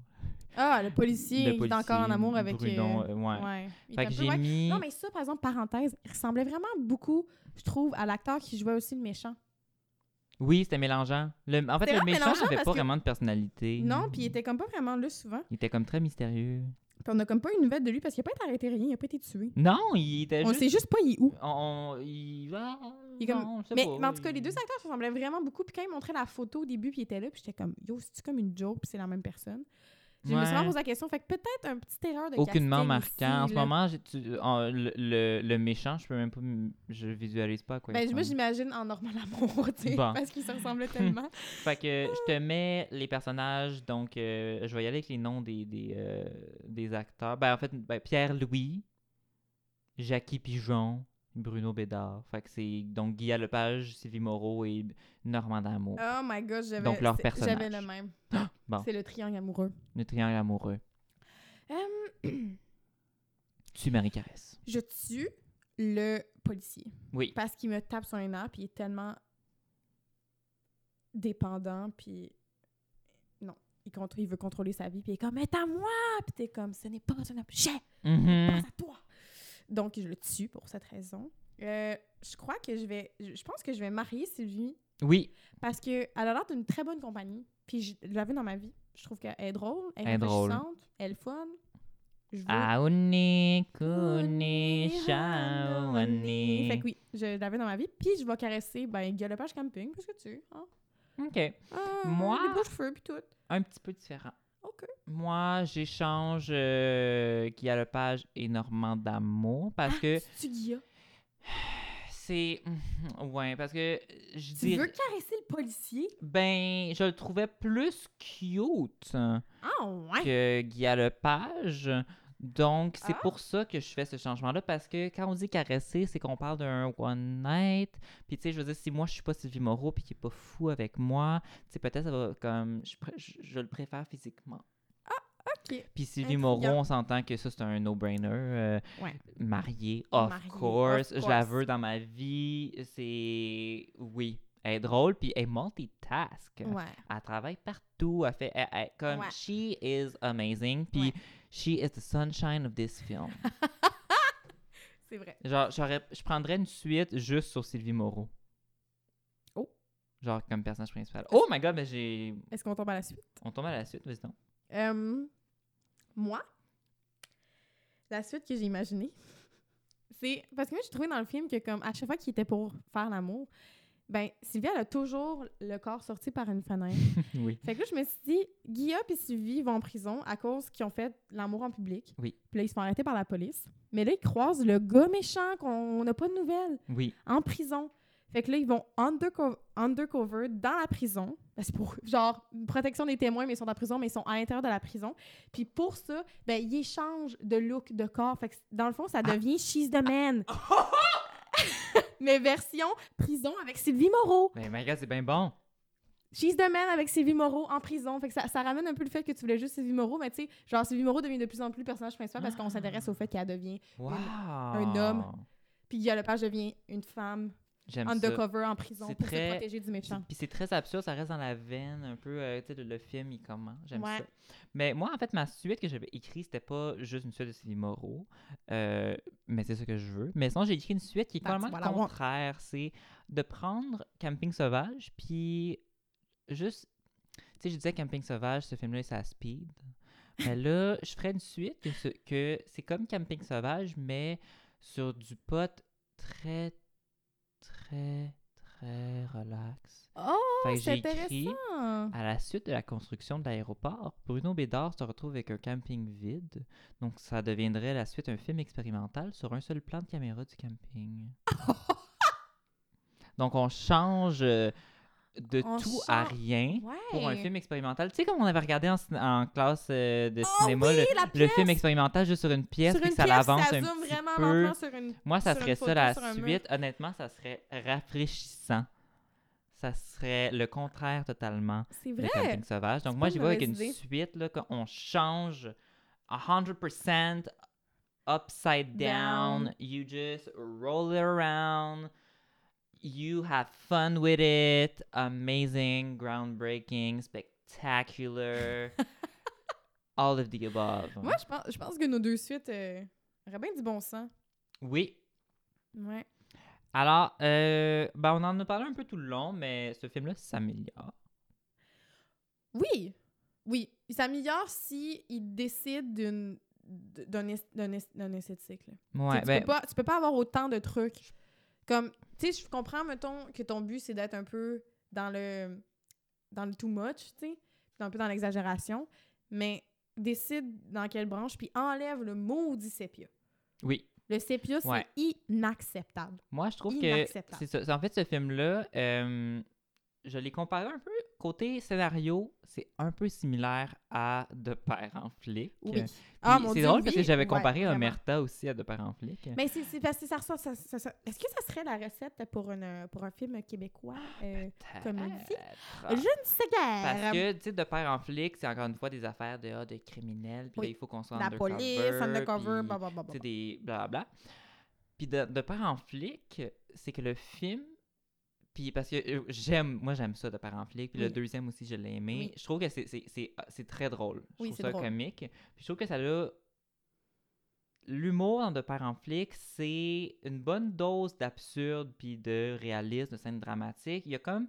A: Ah, le policier,
B: Le
A: qui est encore en
B: policier,
A: amour avec.
B: Bruno,
A: euh,
B: euh, ouais.
A: ouais. Il
B: Fait
A: est un
B: que
A: peu-
B: j'ai
A: ouais,
B: mis...
A: Non, mais ça, par exemple, parenthèse, il ressemblait vraiment beaucoup, je trouve, à l'acteur qui jouait aussi le méchant.
B: Oui, c'était mélangeant. Le- En fait,
A: C'était
B: le
A: vraiment
B: méchant
A: mélangeant
B: n'avait pas
A: parce que-
B: vraiment de personnalité.
A: Non, puis il était comme pas vraiment là souvent.
B: Il était comme très mystérieux.
A: Puis on a comme pas eu une nouvelle de lui parce qu'il a pas été arrêté rien, il a pas été tué.
B: Non, il était
A: On
B: juste...
A: sait juste pas il est où.
B: On... on- Il... Ah,
A: Il est comme-
B: non, on sait
A: Mais,
B: pas,
A: mais en tout cas,
B: il-
A: les deux acteurs se ressemblaient vraiment beaucoup. Puis quand ils montraient la photo au début, puis il était là, puis j'étais comme, yo, c'est-tu comme une joke, puis c'est la même personne? Je me
B: Ouais.
A: suis vraiment posé la question. Fait que peut-être un petit erreur de
B: Aucunement
A: casting
B: marquant.
A: ici,
B: en ce
A: là.
B: moment, j'ai- tu- en- le, le- le méchant, je peux même pas... m- Je visualise pas à quoi il
A: Ben, moi,
B: ressemble.
A: j'imagine en normal amour, (laughs) tu sais,
B: Bon.
A: parce qu'ils se ressemblaient
B: (laughs)
A: tellement.
B: Fait que je te mets les personnages, donc euh, je vais y aller avec les noms des, des, euh, des acteurs. Ben, en fait, ben, Pierre-Louis, Jackie Pigeon, Bruno Bédard. Fait que c'est donc Guy Lepage, Sylvie Moreau et Normand D'Amour.
A: oh my god, j'avais
B: Donc, leur
A: c'est-
B: personnage.
A: j'avais le même.
B: (gasps) bon.
A: C'est le triangle amoureux. (clears throat)
B: Le triangle amoureux.
A: Hum,
B: Tu Marie Caresse.
A: je tue le policier.
B: Oui.
A: Parce qu'il me tape sur un nerf, puis il est tellement dépendant, puis non, il, contr- il veut contrôler sa vie, puis il est comme « Mais à moi! » Puis t'es comme « Ce n'est pas un objet!
B: Mhm.
A: Pense à toi! » Donc, je le tue pour cette raison. Euh, je crois que je vais... Je je pense que je vais marier Sylvie,
B: Oui.
A: parce que elle a l'air d'une très bonne compagnie, puis je, je la veux dans ma vie. Je trouve qu'elle est drôle, elle est
B: Elle est drôle. Ah,
A: réfléchissante, elle est fun. Je veux...
B: Aoni, kuni, shaoni.
A: Fait que oui, je l'avais dans ma vie. Puis je vais caresser, ben, Guy Lepage Camping, parce que tu. Hein?
B: Ok.
A: Ah,
B: Moi?
A: Les beaux cheveux, puis tout.
B: Un petit peu différent.
A: OK.
B: Moi, j'échange
A: Ah,
B: euh, Guy Lepage et Normand D'Amour parce que
A: Tu Guilla.
B: C'est. (laughs) Ouais, parce que euh, je
A: Tu
B: dis.
A: veux caresser le policier?
B: Ben, je le trouvais plus cute
A: Ah ouais!
B: que Guy Lepage. Donc, c'est
A: Ah.
B: pour ça que je fais ce changement-là, parce que quand on dit caresser, c'est qu'on parle d'un one night. Puis, tu sais, je veux dire, si moi, je suis pas Sylvie Moreau, puis qu'il est pas fou avec moi, tu sais, peut-être ça va comme. Je, pr- je- je le préfère physiquement.
A: Ah, Ok.
B: Puis Sylvie
A: Intriguant.
B: Moreau, on s'entend que ça, c'est un no-brainer. euh,
A: Ouais.
B: Mariée, of
A: Mariée, of
B: course. Je la
A: course.
B: veux dans ma vie. C'est. Oui. Elle est drôle, puis elle multitask.
A: Ouais.
B: Elle travaille partout. Elle fait. elle- elle- comme.
A: Ouais.
B: She is amazing. Puis
A: Ouais.
B: she is the sunshine of this
A: (laughs)
B: film.
A: C'est vrai.
B: Genre, j'aurais, je prendrais une suite juste sur Sylvie Moreau.
A: Oh.
B: Genre, comme personnage principal. Oh my god, mais j'ai.
A: Est-ce qu'on tombe à la suite?
B: On tombe à la
A: (laughs)
B: suite, vas-y donc.
A: Euh, moi, la suite que j'ai imaginée, (laughs) c'est parce que moi, j'ai trouvé dans le film que, comme à chaque fois qu'il était pour faire l'amour, ben Sylvie, elle a toujours le corps sorti par une fenêtre.
B: oui.
A: fait que là, je me suis dit, Guillaume et Sylvie vont en prison à cause qu'ils ont fait l'amour en public.
B: Oui.
A: Puis là, ils se font arrêter par la police. Mais là, ils croisent le gars méchant qu'on n'a pas de nouvelles
B: Oui.
A: en prison. Fait que là, ils vont undercover, undercover dans la prison. Ben, c'est pour, genre, protection des témoins, mais ils sont en prison, mais ils sont à l'intérieur de la prison. Puis pour ça, ben, ils échangent de look, de corps. Fait que dans le fond, ça devient She's the Man. (laughs) mais version prison avec Sylvie Moreau.
B: Ben, my god, c'est bien bon.
A: She's the Man avec Sylvie Moreau en prison. Fait que ça, ça ramène un peu le fait que tu voulais juste Sylvie Moreau, mais tu sais, genre, Sylvie Moreau devient de plus en plus le personnage principal parce qu'on s'intéresse au fait qu'elle devient.
B: Wow.
A: homme. Puis Guy Lepage devient une femme
B: J'aime ça.
A: undercover en prison
B: C'est
A: pour
B: très-
A: se protéger du méchant.
B: C'est- Puis c'est très absurde, ça reste dans la veine un peu, euh, tu sais, le, le film, il comment, j'aime
A: Ouais.
B: ça. Mais moi, en fait, ma suite que j'avais écrite, c'était pas juste une suite de Sylvie Moreau, euh, mais c'est ce que je veux. Mais sinon, j'ai écrit une suite qui est
A: That's
B: complètement
A: what I
B: le
A: want.
B: contraire. C'est de prendre Camping Sauvage, puis juste, tu sais, je disais Camping Sauvage, ce film-là, c'est à speed.
A: (laughs)
B: Mais là, je ferais une suite que, ce- que c'est comme Camping Sauvage, mais sur du pot très, très, très relax.
A: Oh,
B: Fait que
A: c'est
B: Ben, j'ai écrit-
A: intéressant!
B: À la suite de la construction de l'aéroport, Bruno Bédard se retrouve avec un camping vide, donc ça deviendrait à la suite un film expérimental sur un seul plan de caméra du camping.
A: (laughs)
B: donc on change euh, de
A: On
B: tout à
A: change-
B: rien
A: Ouais.
B: pour un film expérimental. Tu sais, comme on avait regardé en, cin- en classe euh, de
A: Oh
B: cinéma,
A: oui,
B: le-
A: la
B: le,
A: pièce!
B: film expérimental juste sur une pièce,
A: sur
B: puis
A: une
B: que ça
A: pièce,
B: l'avance
A: ça
B: un
A: zoome
B: petit
A: vraiment
B: peu.
A: lentement sur une...
B: Moi, ça
A: sur une
B: serait
A: photo,
B: ça la
A: sur un mur.
B: suite. Honnêtement, ça serait rafraîchissant. Ça serait le contraire totalement
A: C'est
B: le
A: vrai!
B: camping sauvage. Donc,
A: C'est
B: moi,
A: pas
B: j'y
A: une
B: vais avec une
A: mauvaise idée.
B: suite, là, qu'on change 100% upside down.
A: Down.
B: You just roll it around. You have fun with it. Amazing,
A: (laughs)
B: groundbreaking, spectacular. all of the above.
A: Moi, je pense, je pense que nos deux suites euh, auraient bien du bon sens.
B: Oui.
A: Ouais.
B: Alors, euh, ben, on en a parlé un peu tout le long, mais ce film-là s'améliore.
A: Oui! Oui. Il s'améliore si il décide d'une d'un est- d'un est- d'un esthétique. là. Tu sais,
B: Ouais,
A: tu,
B: ben,
A: peux pas, tu peux pas avoir autant de trucs. Comme, tu sais, je comprends, mettons, que ton but, c'est d'être un peu dans le dans le too much, tu sais, puis un peu dans l'exagération, mais décide dans quelle branche, puis enlève le maudit sépia.
B: oui.
A: Le sépia, c'est
B: Ouais.
A: inacceptable.
B: Moi, je trouve que
A: Inacceptable.
B: c'est ça. C'est- En fait, ce film-là, euh, je l'ai comparé un peu côté scénario, c'est un peu similaire à De Père en flic.
A: Oui.
B: Puis
A: Ah, mon
B: c'est
A: Dieu,
B: drôle
A: oui.
B: parce que j'avais
A: Ouais,
B: comparé
A: vraiment.
B: Omerta aussi à De Père en flic.
A: Mais c'est c'est parce que ça ressort. ça- ça- ça- Est-ce que ça serait la recette pour, une, pour un film québécois? euh, comédie, euh,
B: Peut-être.
A: je ne sais guère.
B: Ah, ben, Parce que, tu sais, De Père en flic, c'est encore une fois des affaires de, ah, de criminels, puis
A: Oui.
B: là, il faut qu'on soit
A: la
B: undercover,
A: police, undercover,
B: puis-
A: blablabla.
B: c'est des blabla. Puis de, de part en flic, c'est que le film, puis parce que euh, j'aime, moi j'aime ça de part en flic, puis le
A: Oui.
B: deuxième aussi je l'ai aimé.
A: Oui.
B: Je trouve que c'est- c'est- c'est ah, c'est très drôle. Je
A: Oui,
B: trouve
A: c'est
B: ça
A: drôle.
B: comique. Puis je trouve que ça a l'humour dans de part en flic, c'est une bonne dose d'absurde puis de réalisme, de scènes dramatiques. Il y a comme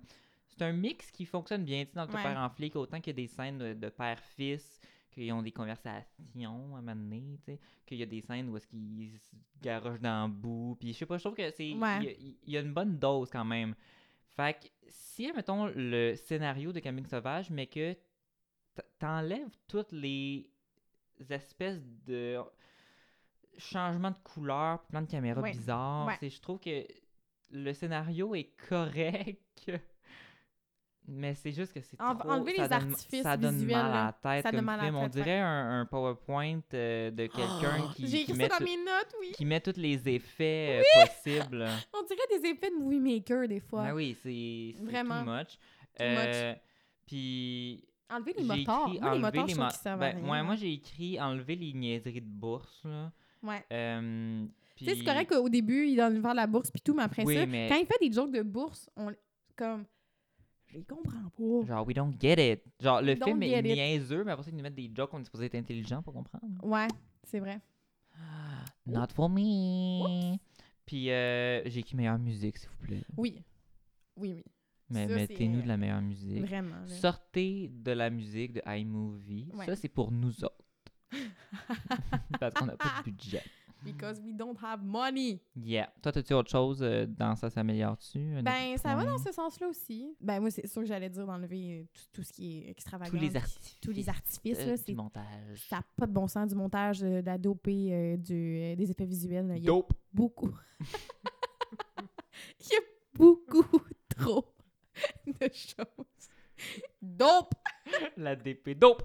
B: c'est un mix qui fonctionne bien tu sais, dans le
A: Ouais.
B: père en flic, autant qu'il y a des scènes de, de père-fils, qu'ils ont des conversations à un moment donné, tu sais, qu'il y a des scènes où est-ce qu'ils se garochent dans le bout, puis je sais pas, je trouve que c'est... Il
A: Ouais.
B: y a- il y, a une bonne dose quand même. Fait que si, mettons, le scénario de Camping Sauvage, mais que t- t'enlèves toutes les espèces de changements de couleur, plans de caméra
A: Ouais.
B: bizarres,
A: Ouais.
B: c'est- je trouve que le scénario est correct, (laughs) mais c'est juste que c'est
A: En-
B: trop...
A: enlever
B: ça
A: les
B: donne-
A: artifices
B: Ça donne
A: visuels,
B: mal à la
A: là.
B: tête
A: Ça donne
B: comme
A: mal à la
B: film. On
A: tête, ouais.
B: dirait un, un PowerPoint
A: (gasps)
B: euh, de quelqu'un qui,
A: J'ai
B: qui
A: écrit
B: met
A: ça dans
B: tout-
A: mes notes, oui.
B: qui met tous les effets euh,
A: (laughs)
B: possibles.
A: On dirait des effets de movie maker des fois.
B: Ah oui, c'est c'est
A: Vraiment.
B: too much.
A: Too
B: Euh, Puis
A: Enlever les
B: j'ai écrit
A: moteurs. Moi, les
B: enlever
A: moteurs,
B: les
A: je trouve
B: mo-
A: qu'ils servent à
B: ben,
A: rien.
B: moi, moi j'ai écrit enlever les niaiseries de bourse. Là.
A: Ouais.
B: Euh,
A: Tu sais, c'est
B: puis-
A: correct qu'au début, il est dans l'univers de la bourse puis tout, mais après
B: Oui,
A: ça,
B: mais-
A: quand il fait des jokes de bourse, on comme je les comprends pas.
B: Genre, we don't get it. Genre, le
A: Don't
B: film est
A: get it.
B: niaiseux, mais après ça, ils nous mettent des jokes qu'on est supposé être intelligent pour comprendre.
A: Ouais, c'est vrai.
B: Not for me. Puis euh, j'ai écrit meilleure musique, s'il vous plaît.
A: Oui. Oui, oui.
B: Mais
A: Ça,
B: mettez-nous
A: c'est-
B: de la meilleure musique.
A: Vraiment. là.
B: Sortez de la musique de iMovie.
A: Ouais.
B: Ça, c'est pour nous
A: (laughs)
B: autres. Parce qu'on n'a pas de budget.
A: Because we don't have money.
B: Yeah. Toi, t'as-tu autre chose euh, dans ça s'améliore-tu? Un
A: Ben,
B: autre
A: ça va
B: point?
A: dans ce sens-là aussi. Ben, moi, c'est sûr que j'allais dire d'enlever euh, tout, tout ce qui est extravagant.
B: Tous les
A: puis
B: artifices.
A: Tous les artifices, là,
B: euh,
A: c'est
B: du montage.
A: ça n'a pas de bon sens du montage, euh, de la dope et euh, du, euh, des effets visuels. là. Il y a
B: Dope.
A: beaucoup. (laughs) Il y a beaucoup trop de choses. Dope!
B: (laughs) La DP. Dope.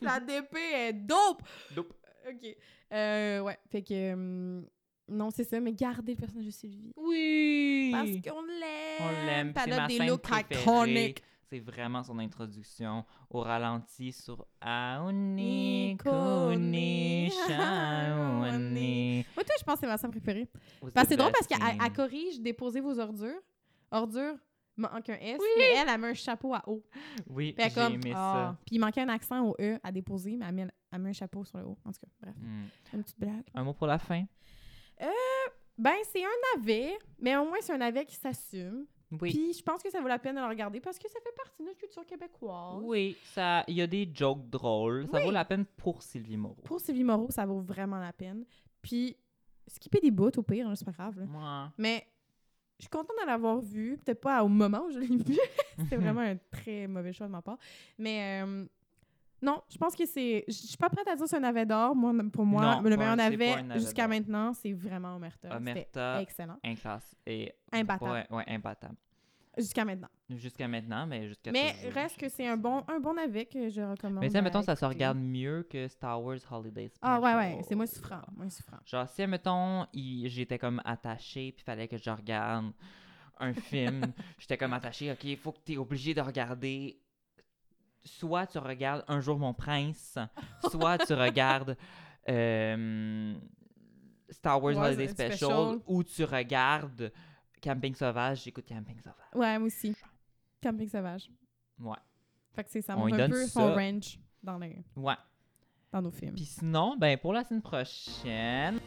A: La DP est dope!
B: Mhm. Dope.
A: OK. Euh, ouais, fait que... hum, non, c'est ça, mais garder le personnage de Sylvie.
B: Oui.
A: Parce qu'on l'aime!
B: On l'aime.
A: Puis
B: puis
A: elle
B: C'est
A: a
B: ma
A: des
B: scène
A: looks
B: préférée.
A: iconiques.
B: C'est vraiment son introduction au ralenti sur Aoni Kuni Shaoni.
A: Moi, toi, je pense que c'est ma scène préférée. Parce que c'est drôle parce qu'elle elle corrige « Déposez vos ordures ». Ordures manque un S, mais elle, elle met un chapeau à O.
B: Oui,
A: Puis elle
B: j'ai
A: est comme,
B: aimé
A: Ah.
B: ça.
A: Puis il manquait un accent au E à déposer, mais elle met, elle met un chapeau sur le O. En tout cas, bref,
B: Hmm.
A: une petite blague.
B: Un mot pour la fin.
A: Ben, c'est un navet, mais au moins, c'est un navet qui s'assume.
B: Oui.
A: Puis je pense que ça vaut la peine de le regarder parce que ça fait partie de notre culture québécoise.
B: Oui, ça, il y a des jokes drôles. Ça
A: Oui.
B: vaut la peine pour Sylvie Moreau.
A: Pour Sylvie Moreau, ça vaut vraiment la peine. Puis, skipper des bouts, au pire, hein, c'est pas grave. là.
B: Moi.
A: Mais je suis contente de l'avoir vu. Peut-être pas au moment où je l'ai vu.
B: Mhm.
A: C'était
B: (laughs)
A: vraiment un très mauvais choix de ma part. Mais euh, non, je pense que c'est. Je je suis pas prête à dire que c'est un navet d'or. Moi, pour moi,
B: Non,
A: le
B: pas
A: meilleur
B: un- c'est pas
A: navet
B: un navet
A: jusqu'à
B: d'or.
A: maintenant, c'est vraiment Omerta. C'était
B: Omerta,
A: excellent.
B: inclasse et
A: Imbattable.
B: Ouais, ouais, imbattable.
A: Jusqu'à maintenant.
B: Jusqu'à maintenant, mais jusqu'à
A: Mais
B: toujours.
A: reste que c'est un bon, un bon navet que je recommande.
B: Mais ça,
A: à
B: mettons, ça se
A: écouter.
B: regarde mieux que Star Wars Holiday
A: Ah ouais, ouais,
B: Special.
A: c'est moins souffrant. Moins souffrant.
B: Genre, si, mettons, j'étais comme attachée, puis fallait que je regarde
A: (laughs)
B: un film, j'étais comme attachée, ok, il faut que tu es obligé de regarder. Soit tu regardes Un jour mon prince, soit tu
A: (laughs)
B: regardes euh, Star Wars
A: Ouais,
B: Holiday
A: c'est
B: Special,
A: special.
B: ou tu regardes Camping Sauvage, j'écoute Camping Sauvage.
A: Ouais, moi aussi. Camping sauvage.
B: Ouais.
A: Fait que c'est ça.
B: On
A: On
B: lui
A: un
B: donne
A: peu
B: ça.
A: son range dans, les-
B: Ouais.
A: dans nos films.
B: Puis sinon, ben pour la semaine prochaine.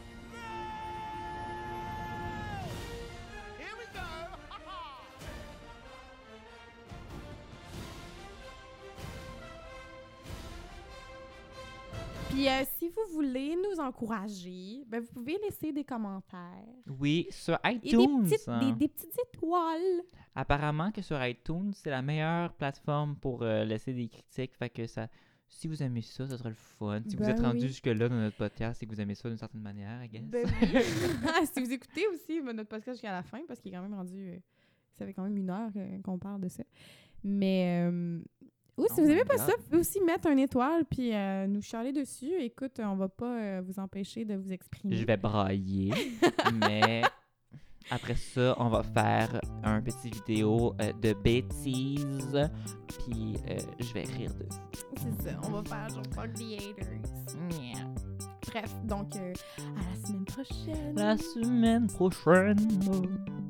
A: Puis euh, si vous voulez nous encourager, ben, vous pouvez laisser des commentaires.
B: Oui, sur
A: Et des
B: iTunes.
A: petites,
B: hein.
A: des, des petites étoiles.
B: Apparemment que sur iTunes, c'est la meilleure plateforme pour euh, laisser des critiques. Fait que ça, si vous aimez ça, ça sera le fun. Si vous
A: Ben
B: êtes rendu
A: oui.
B: jusque-là dans notre podcast et que vous aimez ça d'une certaine manière, I guess.
A: Ben
B: (laughs)
A: Ah, si vous écoutez aussi ben, notre podcast jusqu'à la fin, parce qu'il est quand même rendu... euh, ça fait quand même une heure euh, qu'on parle de ça. Mais... euh, oui, si
B: Oh
A: vous
B: my
A: aimez pas
B: God.
A: ça, vous pouvez aussi mettre une étoile puis euh, nous charler dessus. Écoute, on va pas euh, vous empêcher de vous exprimer.
B: Je
A: (laughs)
B: vais brailler, mais après ça, on va faire un petit vidéo euh, de bêtises, puis euh, je vais rire de vous.
A: C'est ça, on va faire genre fuck the haters.
B: Yeah.
A: Bref, donc euh, à la semaine prochaine.
B: La semaine prochaine.